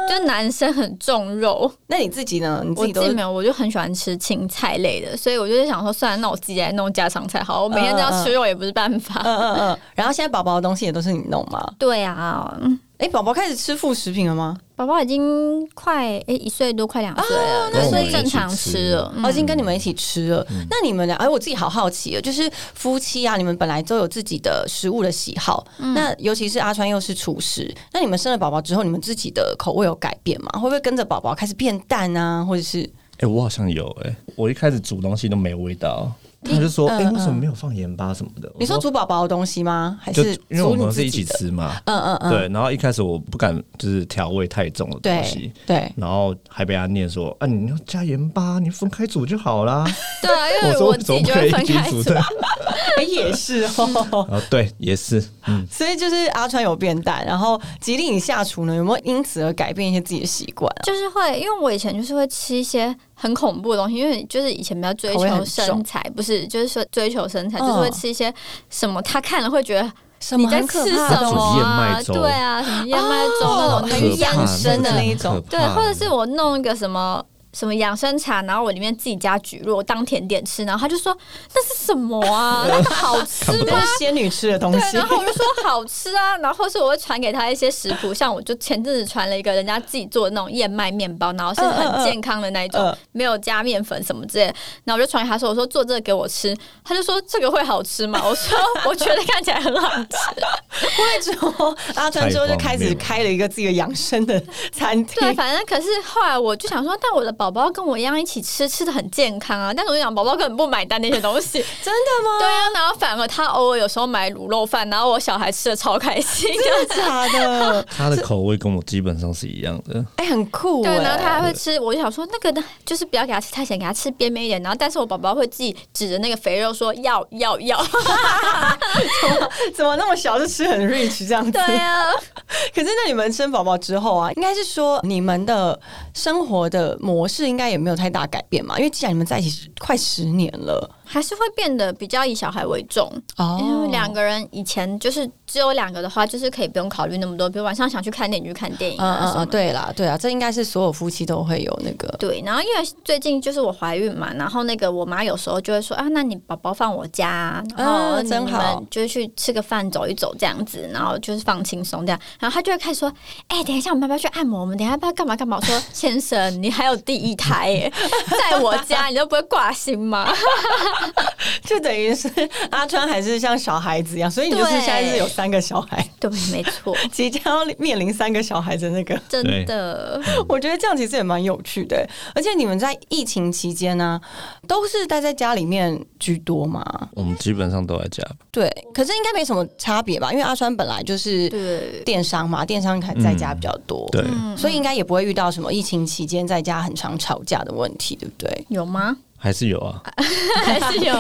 [SPEAKER 2] 就男生很重肉，
[SPEAKER 1] 那你自己呢？你自
[SPEAKER 2] 我
[SPEAKER 1] 己
[SPEAKER 2] 自
[SPEAKER 1] 都
[SPEAKER 2] 己
[SPEAKER 1] 是
[SPEAKER 2] 没有，我就很喜欢吃青菜类的，所以我就在想说，算了，那我自己来弄家常菜好了，我每天都要吃肉也不是办法。
[SPEAKER 1] 嗯嗯嗯。然后现在宝宝的东西也都是你弄吗？
[SPEAKER 2] 对啊，
[SPEAKER 1] 哎、宝宝开始吃副食品了吗？
[SPEAKER 2] 宝宝已经快诶、一岁多，快两岁了，
[SPEAKER 3] 那
[SPEAKER 2] 所
[SPEAKER 3] 我们一
[SPEAKER 2] 以
[SPEAKER 3] 起
[SPEAKER 2] 正常
[SPEAKER 3] 吃
[SPEAKER 2] 吃了。嗯
[SPEAKER 1] 哦，已经跟你们一起吃了。那你们俩，哎，我自己好好奇哦，就是夫妻啊，你们本来都有自己的食物的喜好，
[SPEAKER 2] 嗯
[SPEAKER 1] 那尤其是阿川又是厨师，那你们生了宝宝之后，你们自己的口味有改变吗？会不会跟着宝宝开始变淡啊，或者是
[SPEAKER 3] 哎、我好像有哎、我一开始煮东西都没味道，他就说：“哎、为什么没有放盐巴什么的？”
[SPEAKER 1] 嗯你说
[SPEAKER 3] 我
[SPEAKER 1] 煮宝宝的东西吗？还
[SPEAKER 3] 就是因为我
[SPEAKER 1] 煮你
[SPEAKER 3] 们是
[SPEAKER 1] 自
[SPEAKER 3] 一
[SPEAKER 1] 己
[SPEAKER 3] 起
[SPEAKER 1] 的？
[SPEAKER 3] 吃嘛，
[SPEAKER 1] 嗯嗯嗯，
[SPEAKER 3] 对。然后一开始我不敢就是调味太重的东
[SPEAKER 1] 对
[SPEAKER 3] 西，
[SPEAKER 1] 对，
[SPEAKER 3] 然后还被他念说：“啊，你要加盐巴，你分开煮就好啦。
[SPEAKER 2] 对啊，”因为
[SPEAKER 3] 我说：“
[SPEAKER 2] 我
[SPEAKER 3] 我
[SPEAKER 2] 自
[SPEAKER 3] 怎
[SPEAKER 2] 己
[SPEAKER 3] 么
[SPEAKER 2] 就
[SPEAKER 3] 可
[SPEAKER 2] 会
[SPEAKER 3] 以一
[SPEAKER 2] 分
[SPEAKER 3] 起
[SPEAKER 2] 开
[SPEAKER 3] 煮
[SPEAKER 2] 煮
[SPEAKER 3] 的。。
[SPEAKER 1] 哎也是哦。
[SPEAKER 3] 啊，对，也是，嗯，
[SPEAKER 1] 所以就是阿川有变淡，然后吉利你下厨呢，有没有因此而改变一些自己的习惯啊？
[SPEAKER 2] 就是会，因为我以前就是会吃一些很恐怖的东西，因为就是以前比较追
[SPEAKER 1] 口味很
[SPEAKER 2] 求
[SPEAKER 1] 重
[SPEAKER 2] 身材，不是就是说追求身材，就是
[SPEAKER 1] 嗯
[SPEAKER 2] 会吃一些什么他看了会觉得
[SPEAKER 1] 什
[SPEAKER 2] 你
[SPEAKER 1] 么
[SPEAKER 2] 在
[SPEAKER 1] 很
[SPEAKER 2] 吃
[SPEAKER 1] 可
[SPEAKER 2] 什
[SPEAKER 1] 怕的东西
[SPEAKER 2] 么
[SPEAKER 3] 燕
[SPEAKER 2] 啊？
[SPEAKER 3] 麦粥
[SPEAKER 2] 对啊，什么燕麦粥那
[SPEAKER 1] 哦
[SPEAKER 2] 种
[SPEAKER 1] 很
[SPEAKER 2] 很
[SPEAKER 1] 养
[SPEAKER 2] 养
[SPEAKER 1] 生
[SPEAKER 2] 生
[SPEAKER 1] 的
[SPEAKER 2] 的
[SPEAKER 1] 那一种啊
[SPEAKER 2] 对，
[SPEAKER 3] 嗯
[SPEAKER 2] 或者是我弄一个什么。什么养生茶，然后我里面自己加菊络当甜点吃，然后他就说那是什么啊？那好吃
[SPEAKER 1] 都
[SPEAKER 2] 吗？
[SPEAKER 1] 是仙女吃的东
[SPEAKER 2] 对，
[SPEAKER 1] 西
[SPEAKER 2] 然。后我就说好吃啊，然后或是我会传给他一些食谱，像我就前阵子传了一个人家自己做的那种燕麦面包，然后是很健康的那一种，
[SPEAKER 1] 嗯嗯嗯
[SPEAKER 2] 没有加面粉什么之类的，然后我就传给他说，我说做这个给我吃，他就说这个会好吃吗？我说 我觉得看起来很好吃，
[SPEAKER 1] 之后， 阿川之后就开始开了一个自己的养生的餐厅
[SPEAKER 2] 对，。反正可是后来我就想说，但我的宝宝跟我一样一起吃，吃的很健康啊。但是我就想，宝宝根本不买单那些东 西。
[SPEAKER 1] 真的吗？
[SPEAKER 2] 对啊，然后反而他偶尔有时候买卤肉饭，然后我小孩吃的超开心。
[SPEAKER 1] 真的假的？
[SPEAKER 3] 他的口味跟我基本上是一样的。
[SPEAKER 1] 哎、很酷
[SPEAKER 2] 对，
[SPEAKER 1] 哎、
[SPEAKER 2] 然后他还会吃，我就想说那个呢，就是不要给他吃太咸，给他吃边边一点。然后，但是我宝宝会自己指着那个肥肉说要要要。
[SPEAKER 1] 怎么那么小就吃很 rich 这样子？
[SPEAKER 2] 对啊，
[SPEAKER 1] 可是那你们生宝宝之后啊，应该是说你们的生活的模式应该也没有太大改变嘛，因为既然你们在一起快十年了，
[SPEAKER 2] 还是会变得比较以小孩为重。
[SPEAKER 1] 哦
[SPEAKER 2] 因为两个人以前就是只有两个的话，就是可以不用考虑那么多，比如晚上想去看电影就去看电影
[SPEAKER 1] 嗯
[SPEAKER 2] 啊
[SPEAKER 1] 嗯
[SPEAKER 2] 什
[SPEAKER 1] 嗯，
[SPEAKER 2] 么的。
[SPEAKER 1] 对啦对啦，这应该是所有夫妻都会有那个
[SPEAKER 2] 对，然后因为最近就是我怀孕嘛，然后那个我妈有时候就会说啊，那你宝宝放我家啊，然后
[SPEAKER 1] 啊真
[SPEAKER 2] 你
[SPEAKER 1] 好
[SPEAKER 2] 们就是去吃个饭走一走这样子，然后就是放轻松这样，然后她就会开始说，哎、等一下我们要不要去按摩？我们等一下要不要干嘛干嘛？我说先生，你还有第一胎耶， 在我家你都不会挂心吗？
[SPEAKER 1] 就等于是阿川还是像小孩子一样，所以你就是
[SPEAKER 2] 对
[SPEAKER 1] 现在是有三个小孩，
[SPEAKER 2] 对，没错，
[SPEAKER 1] 即将要面临三个小孩的那个。
[SPEAKER 2] 真的。
[SPEAKER 1] 我觉得这样其实也蛮有趣的，而且你们在疫情期间呢、都是待在家里面居多嘛？
[SPEAKER 3] 我们基本上都在家，
[SPEAKER 1] 对，可是应该没什么差别吧？因为阿川本来就是
[SPEAKER 2] 对，
[SPEAKER 1] 电商嘛，电商还在家比较多，
[SPEAKER 3] 嗯对，
[SPEAKER 1] 所以应该也不会遇到什么疫情期间在家很常吵架的问题，对不对？
[SPEAKER 2] 有吗？
[SPEAKER 3] 还是有啊。
[SPEAKER 2] 还是有？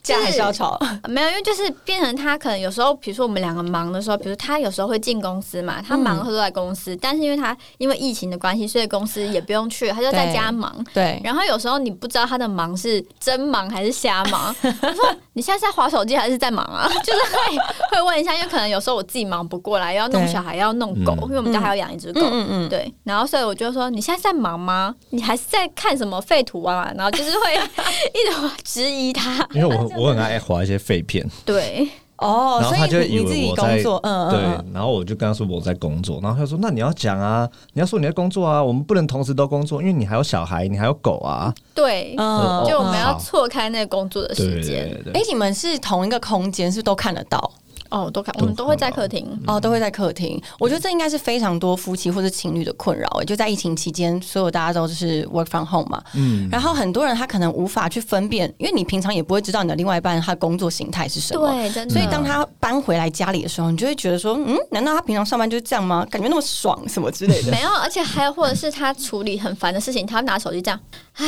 [SPEAKER 1] 架还是要吵，
[SPEAKER 2] 没有，因为就是变成他可能有时候，比如说我们两个忙的时候，比如他有时候会进公司嘛，他
[SPEAKER 1] 嗯
[SPEAKER 2] 忙的时候都在公司，但是因为他因为疫情的关系，所以公司也不用去，他就在家忙。
[SPEAKER 1] 对，
[SPEAKER 2] 然后有时候你不知道他的忙是真忙还是瞎 忙，我说你现在是在划手机还是在忙啊？ 就是会会问一下，因为可能有时候我自己忙不过来，要弄
[SPEAKER 1] 对
[SPEAKER 2] 小孩，要弄狗，
[SPEAKER 3] 嗯
[SPEAKER 2] 因为我们家还要养一只狗。
[SPEAKER 1] 嗯嗯，
[SPEAKER 2] 对，然后所以我就说你现在在忙吗？你还是在看什么废图啊？然后就是会 一直质疑他。
[SPEAKER 3] 因为
[SPEAKER 1] 啊
[SPEAKER 3] 我我很爱划一些废片，
[SPEAKER 2] 对，
[SPEAKER 1] 哦，
[SPEAKER 3] 然
[SPEAKER 1] 所
[SPEAKER 3] 后他就
[SPEAKER 1] 以你
[SPEAKER 3] 以
[SPEAKER 1] 你自
[SPEAKER 3] 为
[SPEAKER 1] 己
[SPEAKER 3] 我
[SPEAKER 1] 工
[SPEAKER 3] 在
[SPEAKER 1] 作，嗯嗯
[SPEAKER 3] 对
[SPEAKER 1] 嗯，，
[SPEAKER 3] 然后我就跟他说我在工作，然后他说那你要讲啊，你要说你在工作啊，我们不能同时都工作，因为你还有小孩，你还有狗啊，
[SPEAKER 2] 对，
[SPEAKER 1] 嗯
[SPEAKER 2] 就我们要
[SPEAKER 3] 哦好
[SPEAKER 2] 错开那个工作的
[SPEAKER 3] 对
[SPEAKER 2] 时
[SPEAKER 3] 对
[SPEAKER 2] 间。
[SPEAKER 3] 对对
[SPEAKER 1] 哎、你们是同一个空间，是不是都看得到？
[SPEAKER 2] 哦，都看，我们都会在客厅。
[SPEAKER 3] 嗯
[SPEAKER 1] 哦，都会在客厅。我觉得这应该是非常多夫妻或者情侣的困扰。就在疫情期间，所有大家都是 work from home 嘛，
[SPEAKER 3] 嗯，
[SPEAKER 1] 然后很多人他可能无法去分辨，因为你平常也不会知道你的另外一半他工作形态是什么。
[SPEAKER 2] 对，
[SPEAKER 3] 嗯
[SPEAKER 2] 真的。
[SPEAKER 1] 所以当他搬回来家里的时候，你就会觉得说，嗯，难道他平常上班就是这样吗？感觉那么爽什么之类
[SPEAKER 3] 嗯
[SPEAKER 1] 的。
[SPEAKER 2] 没有，而且还有，或者是他处理很烦的事情，他拿手机这样，唉，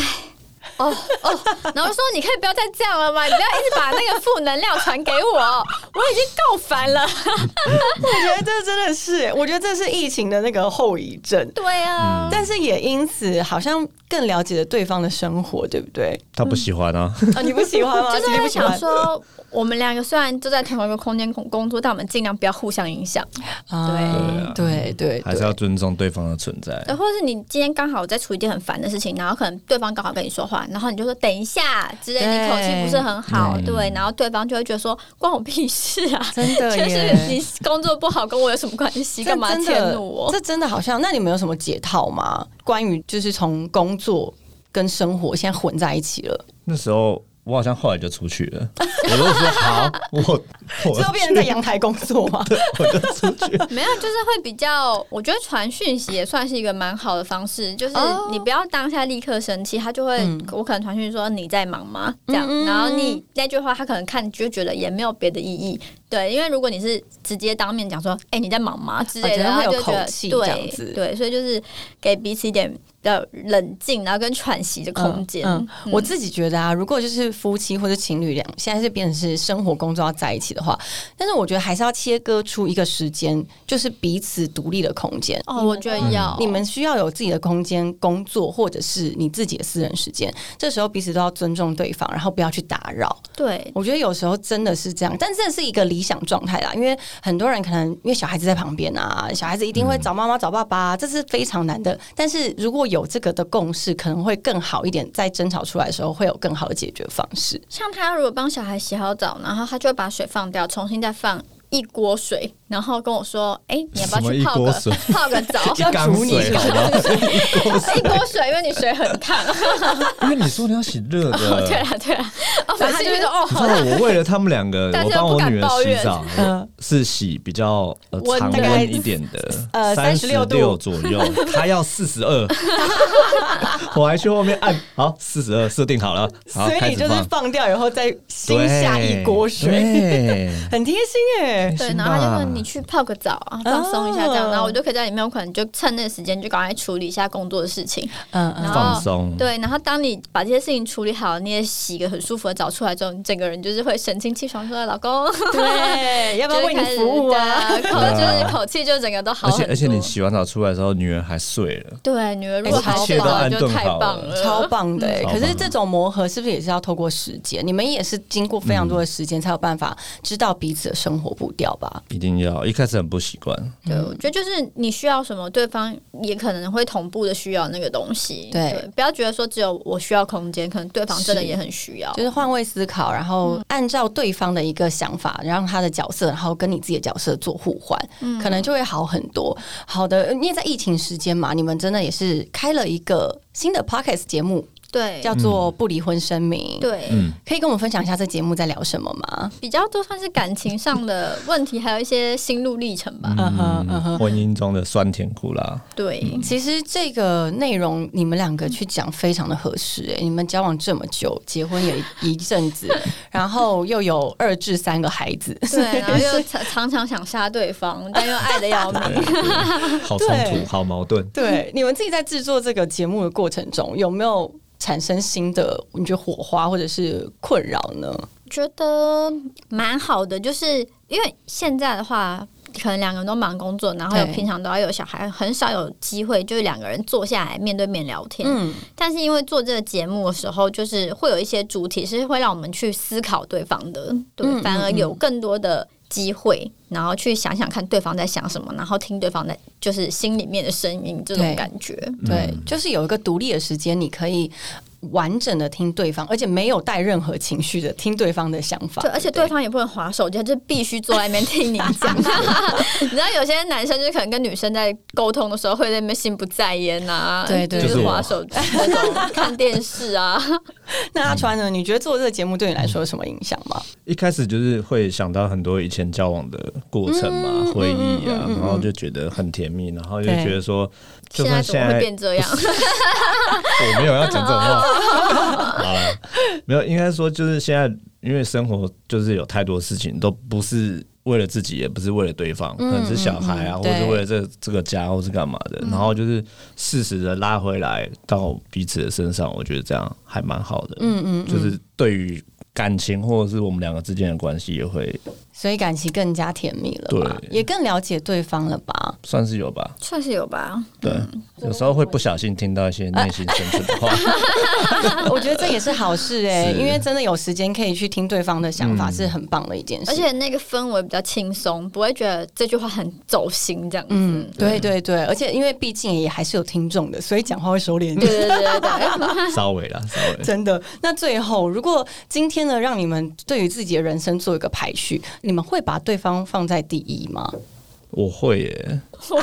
[SPEAKER 2] 哦哦，然后就说你可以不要再这样了嘛，你不要一直把那个负能量传给我，我已经够烦了。
[SPEAKER 1] 我觉得这真的是，我觉得这是疫情的那个后遗症。
[SPEAKER 2] 对啊，
[SPEAKER 1] 但是也因此，好像更了解了对方的生活，对不对？
[SPEAKER 3] 他不喜欢啊，
[SPEAKER 1] 啊，你不喜欢吗？
[SPEAKER 2] 就是
[SPEAKER 1] 你不
[SPEAKER 2] 会
[SPEAKER 1] 喜欢
[SPEAKER 2] 想说，我们两个虽然都在同一个空间工工作，但我们尽量不要互相影响。
[SPEAKER 1] 啊，对对
[SPEAKER 3] 还
[SPEAKER 1] 对
[SPEAKER 3] 是要尊重对方的存在。
[SPEAKER 1] 哦
[SPEAKER 2] 对，或者是你今天刚好在处理一件很烦的事情，然后可能对方刚好跟你说话，然后你就说等一下之类，
[SPEAKER 1] 对嗯
[SPEAKER 2] 你口气不是很好，对，然后对方就会觉得说关我屁事啊，
[SPEAKER 1] 真的
[SPEAKER 2] 就
[SPEAKER 1] 耶
[SPEAKER 2] 是你工作不好跟我有什么关系？
[SPEAKER 1] 这
[SPEAKER 2] 干嘛
[SPEAKER 1] 真的
[SPEAKER 2] 迁怒我？
[SPEAKER 1] 这真的好像，那你们有什么解套吗？关于就是从工作跟生活现在混在一起了，
[SPEAKER 3] 那时候我好像后来就出去了，我就说好，我
[SPEAKER 1] 最后
[SPEAKER 3] 我
[SPEAKER 1] 变成在阳台工作 吗？
[SPEAKER 3] 我就出去。
[SPEAKER 2] 没有，就是会比较，我觉得传讯息也算是一个蛮好的方式，就是
[SPEAKER 1] 哦嗯
[SPEAKER 2] 你不要当下立刻生气，他就会，我可能传讯说你在忙吗？这样，
[SPEAKER 1] 嗯嗯
[SPEAKER 2] 然后你那句话他可能看就觉得也没有别的意义，对，因为如果你是直接当面讲说，哎、你在忙吗之类的，然
[SPEAKER 1] 啊
[SPEAKER 2] 后
[SPEAKER 1] 觉得会有
[SPEAKER 2] 就觉得
[SPEAKER 1] 口气这样子
[SPEAKER 2] 对对，所以就是给彼此一点比较冷静，然后跟喘息的空间。
[SPEAKER 1] 嗯，嗯我自己觉得啊，如果就是夫妻或者情侣俩，现在是变成是生活工作要在一起的话，但是我觉得还是要切割出一个时间，就是彼此独立的空间。
[SPEAKER 2] 哦，我觉得要、
[SPEAKER 1] 你们需要有自己的空间工作，或者是你自己的私人时间。这时候彼此都要尊重对方，然后不要去打扰。
[SPEAKER 2] 对
[SPEAKER 1] 我觉得有时候真的是这样，但这是一个理想状态啦，因为很多人可能因为小孩子在旁边啊，小孩子一定会找妈妈找爸爸、这是非常难的。但是如果有这个的共识，可能会更好一点，在争吵出来的时候会有更好的解决方式。
[SPEAKER 2] 像他如果帮小孩洗好澡，然后他就会把水放掉，重新再放一锅水，然后跟我说：“哎、你要不要
[SPEAKER 3] 什么
[SPEAKER 2] 去
[SPEAKER 3] 一
[SPEAKER 2] 泡
[SPEAKER 3] 锅
[SPEAKER 2] 个
[SPEAKER 3] 水
[SPEAKER 2] 泡个澡？”
[SPEAKER 3] 一缸水好吗？ 一锅水
[SPEAKER 2] 一锅水，因为你水很烫。
[SPEAKER 3] 因为你说你要洗热的，
[SPEAKER 2] 对啦对啦，哦，反正就是哦，
[SPEAKER 3] 你知道我为了他们两个，
[SPEAKER 2] 但
[SPEAKER 3] 我
[SPEAKER 2] 是又
[SPEAKER 3] 帮
[SPEAKER 2] 不
[SPEAKER 3] 我
[SPEAKER 2] 敢
[SPEAKER 3] 女儿
[SPEAKER 2] 抱
[SPEAKER 3] 洗
[SPEAKER 2] 怨
[SPEAKER 3] 澡，
[SPEAKER 1] 嗯
[SPEAKER 3] 是洗比较呃
[SPEAKER 2] 温
[SPEAKER 3] 常
[SPEAKER 1] 大概
[SPEAKER 3] 温一点的，
[SPEAKER 1] 呃
[SPEAKER 3] 十
[SPEAKER 1] 36
[SPEAKER 3] 六
[SPEAKER 1] 度
[SPEAKER 3] 左右，她要四十二， 我还去后面按好四十二设定好了，好
[SPEAKER 1] 所以
[SPEAKER 3] 开
[SPEAKER 1] 你
[SPEAKER 3] 始
[SPEAKER 1] 就是
[SPEAKER 3] 放，
[SPEAKER 1] 放掉以后再新下一锅水，
[SPEAKER 3] 对，
[SPEAKER 1] 很贴心哎、
[SPEAKER 2] 对，
[SPEAKER 3] 行
[SPEAKER 2] 然后他就
[SPEAKER 3] 吧
[SPEAKER 2] 问你去泡个澡啊，放松一下这样，
[SPEAKER 1] 哦
[SPEAKER 2] 然后我就可以在里面，我可能就趁那个时间就赶快处理一下工作的事情，
[SPEAKER 1] 嗯
[SPEAKER 2] 然
[SPEAKER 1] 嗯，
[SPEAKER 2] 后
[SPEAKER 3] 放松
[SPEAKER 2] 对，然后当你把这些事情处理好，你也洗个很舒服的澡出来之后，你整个人就是会神清气爽，说老公，
[SPEAKER 1] 对，要不要
[SPEAKER 2] 就
[SPEAKER 1] 为你
[SPEAKER 2] 会开始
[SPEAKER 1] 服务啊？，
[SPEAKER 2] 对口就是口气就整个都好
[SPEAKER 3] 而且
[SPEAKER 2] 很多。
[SPEAKER 3] 而且你洗完澡出来的时候，女儿还睡了，
[SPEAKER 2] 对女儿如
[SPEAKER 1] 哎
[SPEAKER 2] 果
[SPEAKER 1] 这
[SPEAKER 2] 还
[SPEAKER 1] 一切
[SPEAKER 2] 好
[SPEAKER 1] 都
[SPEAKER 2] 的话
[SPEAKER 3] 安
[SPEAKER 2] 就
[SPEAKER 3] 顿
[SPEAKER 2] 太
[SPEAKER 3] 好
[SPEAKER 2] 棒
[SPEAKER 3] 了
[SPEAKER 2] 了，
[SPEAKER 1] 超棒的、
[SPEAKER 3] 嗯超棒
[SPEAKER 1] 可是这种磨合是不是也是要透过时间？你们也是经过非常多的时间才有办法知道彼此的生活步调吧？
[SPEAKER 3] 一定要一开始很不习惯，
[SPEAKER 2] 对，我觉得就是你需要什么，对方也可能会同步的需要那个东西。
[SPEAKER 1] 对
[SPEAKER 2] 不要觉得说只有我需要空间，可能对方真的
[SPEAKER 1] 是
[SPEAKER 2] 也很需要。
[SPEAKER 1] 就是换位思考，然
[SPEAKER 2] 嗯
[SPEAKER 1] 后按照对方的一个想法，让他的角色，然后跟你自己的角色做互换，
[SPEAKER 2] 嗯
[SPEAKER 1] 可能就会好很多。好的，因为在疫情时间嘛，你们真的也是开了一个新的 podcast 节目，
[SPEAKER 2] 对
[SPEAKER 1] 叫做《不离婚声明》。，
[SPEAKER 2] 对，
[SPEAKER 3] 嗯，
[SPEAKER 1] 可以跟我们分享一下这节目在聊什么吗？
[SPEAKER 2] 比较多算是感情上的问题，还有一些心路历程吧。
[SPEAKER 1] 嗯哼嗯哼。
[SPEAKER 3] 婚姻中的酸甜苦辣，
[SPEAKER 2] 对，
[SPEAKER 1] 其实这个内容你们两个去讲非常的合适、欸，你们交往这么久，结婚也一阵子，然后又有二至三个孩子，
[SPEAKER 2] 对，然后又常常常想杀对方，但又爱的要命。
[SPEAKER 3] 好冲
[SPEAKER 1] 对
[SPEAKER 3] 突，好矛盾。
[SPEAKER 1] 对，你们自己在制作这个节目的过程中，有没有产生新的你觉得火花或者是困扰呢？
[SPEAKER 2] 觉得蛮好的，就是因为现在的话，可能两个人都忙工作，然后有
[SPEAKER 1] 对
[SPEAKER 2] 平常都要有小孩，很少有机会就是两个人坐下来面对面聊天。
[SPEAKER 1] 嗯，
[SPEAKER 2] 但是因为做这个节目的时候，就是会有一些主题是会让我们去思考对方的，对，
[SPEAKER 1] 嗯
[SPEAKER 2] 反而有更多的机会，然后去想想看对方在想什么，然后听对方在就是心里面的声音这种
[SPEAKER 1] 对
[SPEAKER 2] 感觉。
[SPEAKER 1] 对，
[SPEAKER 3] 嗯
[SPEAKER 1] 就是有一个独立的时间，你可以。完整的听对方，而且没有带任何情绪的听对方的想法，
[SPEAKER 2] 对，而且
[SPEAKER 1] 对
[SPEAKER 2] 对
[SPEAKER 1] 不
[SPEAKER 2] 方也不能划手机，他就必须坐在那边听你 讲。你知道有些男生就可能跟女生在沟通的时候会在那边心不在焉啊，
[SPEAKER 1] 对对
[SPEAKER 2] 就是
[SPEAKER 3] 对
[SPEAKER 2] 划手 机那种、看电视啊。
[SPEAKER 1] 对那阿川
[SPEAKER 3] 嗯
[SPEAKER 1] 呢？你觉得做这个节目对你来说有什么影响吗？
[SPEAKER 3] 一开始就是会想到很多以前交往的过程嘛，回忆啊，然后就觉得很甜蜜，然后就觉得说，就
[SPEAKER 2] 现在
[SPEAKER 3] 算
[SPEAKER 2] 怎
[SPEAKER 3] 现
[SPEAKER 2] 么
[SPEAKER 3] 在
[SPEAKER 2] 会变这样？
[SPEAKER 3] 我没有要讲这 种话，好了，没有，应该说就是现在，因为生活就是有太多事情都不是。为了自己，也不是为了对方，可能是小孩啊，
[SPEAKER 1] 嗯嗯
[SPEAKER 3] 或者是
[SPEAKER 1] 对嗯
[SPEAKER 3] 为了这这个家，或是干嘛的。然后就是适时的拉回来到彼此的身上，我觉得这样还蛮好的。嗯嗯，就是对于感情或者是我们两个之间的关系，也会
[SPEAKER 1] 所以感情更加甜蜜了吧，
[SPEAKER 3] 对
[SPEAKER 1] 也更了解对方了吧？
[SPEAKER 3] 算是有吧。
[SPEAKER 2] 算是有吧。
[SPEAKER 3] 对，
[SPEAKER 1] 嗯
[SPEAKER 3] 有时候会不小心听到一些内心深处的 话，
[SPEAKER 1] 啊我觉得这也是好事哎、
[SPEAKER 3] 是嗯
[SPEAKER 1] 因为真的有时间可以去听对方的想法，是很棒的一件事。
[SPEAKER 2] 而且那个氛围比较轻松，不会觉得这句话很走心这样子。
[SPEAKER 1] 嗯，对对对，而且因为毕竟也还是有听众的，所以讲话会收敛一
[SPEAKER 2] 对
[SPEAKER 1] 点。
[SPEAKER 2] 对对对对，
[SPEAKER 3] 稍微啦，稍微。
[SPEAKER 1] 真的。那最后，如果今天呢，让你们对于自己的人生做一个排序，你们会把对方放在第一吗？
[SPEAKER 3] 我会耶，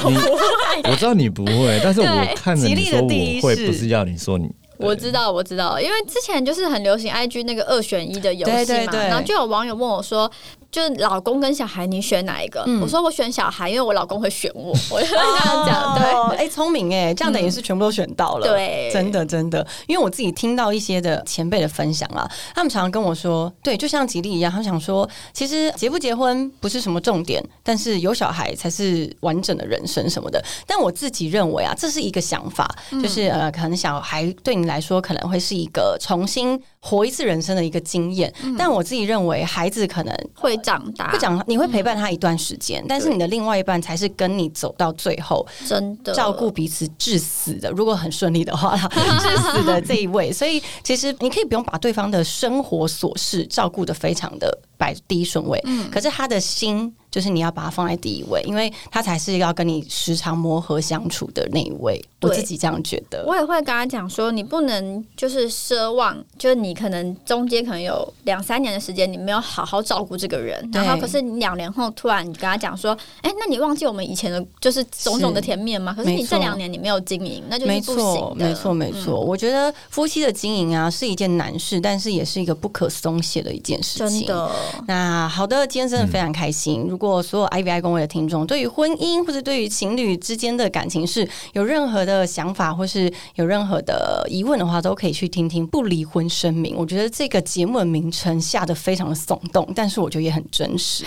[SPEAKER 3] 你我知道你不会，但是我看着
[SPEAKER 1] 吉
[SPEAKER 3] 你
[SPEAKER 1] 利的
[SPEAKER 3] 说我
[SPEAKER 1] 第一
[SPEAKER 3] 会，
[SPEAKER 1] 是
[SPEAKER 3] 不是要你说你。
[SPEAKER 2] 我知道，我知道，因为之前就是很流行 IG 那个二选一的游戏嘛，
[SPEAKER 1] 对对对
[SPEAKER 2] 然后就有网友问我说。就是老公跟小孩，你选哪一个？
[SPEAKER 1] 嗯
[SPEAKER 2] 我说我选小孩，因为我老公会 选我，我就这样
[SPEAKER 1] 哦
[SPEAKER 2] 讲。对，嗯
[SPEAKER 1] 哎，聪明哎，这样等于是全部都选到了。
[SPEAKER 2] 对
[SPEAKER 1] 真的真的，因为我自己听到一些的前辈的分享啊，他们常常跟我说，对，就像吉利一样，他们想说，其实结不结婚不是什么重点，但是有小孩才是完整的人生什么的。但我自己认为啊，这是一个想法，
[SPEAKER 2] 嗯
[SPEAKER 1] 就是呃，可能小孩对你来说可能会是一个重新活一次人生的一个经验，
[SPEAKER 2] 嗯
[SPEAKER 1] 但我自己认为孩子可能
[SPEAKER 2] 会长大，
[SPEAKER 1] 不讲，你会陪伴
[SPEAKER 2] 嗯
[SPEAKER 1] 他一段时间，但是你的另外一半才是跟你走到最后，
[SPEAKER 2] 真的
[SPEAKER 1] 照顾彼此致死的。如果很顺利的话 啦，致死的这一位，所以其实你可以不用把对
[SPEAKER 2] 嗯
[SPEAKER 1] 方的生活琐事照顾的非常的摆第一顺位，可是他的心。就是你要把它放在第一位，因为他才是要跟你时常磨合相处的那一位。我
[SPEAKER 2] 对
[SPEAKER 1] 自己这样觉得。
[SPEAKER 2] 我也会跟他讲说，你不能就是奢望，就是你可能中间可能有两三年的时间，你没有好好照顾这个人，
[SPEAKER 1] 对
[SPEAKER 2] 然后可是你两年后突然你跟他讲说，哎、那你忘记我们以前的就是种种的甜面吗？可是
[SPEAKER 1] 没
[SPEAKER 2] 你
[SPEAKER 1] 错
[SPEAKER 2] 这两年你没有经营，那就是
[SPEAKER 1] 没错，
[SPEAKER 2] 不行的。嗯
[SPEAKER 1] 没错，没错。我觉得夫妻的经营啊是一件难事，但是也是一个不可松懈的一件事情。
[SPEAKER 2] 真的，
[SPEAKER 1] 那好的，今天真的非常开心。如果所有 IVI 工会的听众对于婚姻或者对于情侣之间的感情是有任何的想法，或是有任何的疑问的话，都可以去听听《不离婚声明》。我觉得这个节目的名称下的非常的耸动，但是我觉得也很真 实。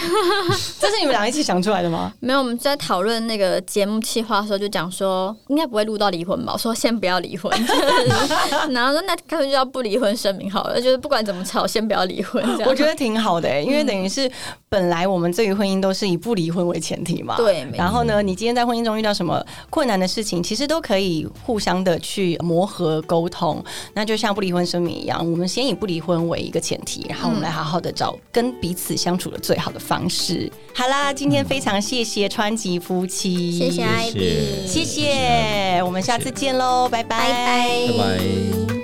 [SPEAKER 1] 这是你们俩一起想出来的吗？
[SPEAKER 2] 没有我们在讨论那个节目企划的时候，就讲说应该不会录到离婚吧？我说先不要离 婚，然后说那干脆就要不离婚声明好了，就是不管怎么吵，先不要离婚这样。
[SPEAKER 1] 我觉得挺好的、欸，因为等于是本来我们对于婚姻都是以不离婚为前提嘛。
[SPEAKER 2] 对没错
[SPEAKER 1] 然后呢，你今天在婚姻中遇到什么困难的事情，其实都可以互相的去磨合沟通。那就像不离婚声明一样，我们先以不离婚为一个前提，然后我们来好好的找跟彼此相处的最好的方式。好啦，今天非常谢谢川吉夫妻，
[SPEAKER 2] 谢谢艾
[SPEAKER 3] 谢
[SPEAKER 2] 比，
[SPEAKER 1] 谢谢，我们下次见喽，拜
[SPEAKER 2] 拜拜
[SPEAKER 3] 拜拜。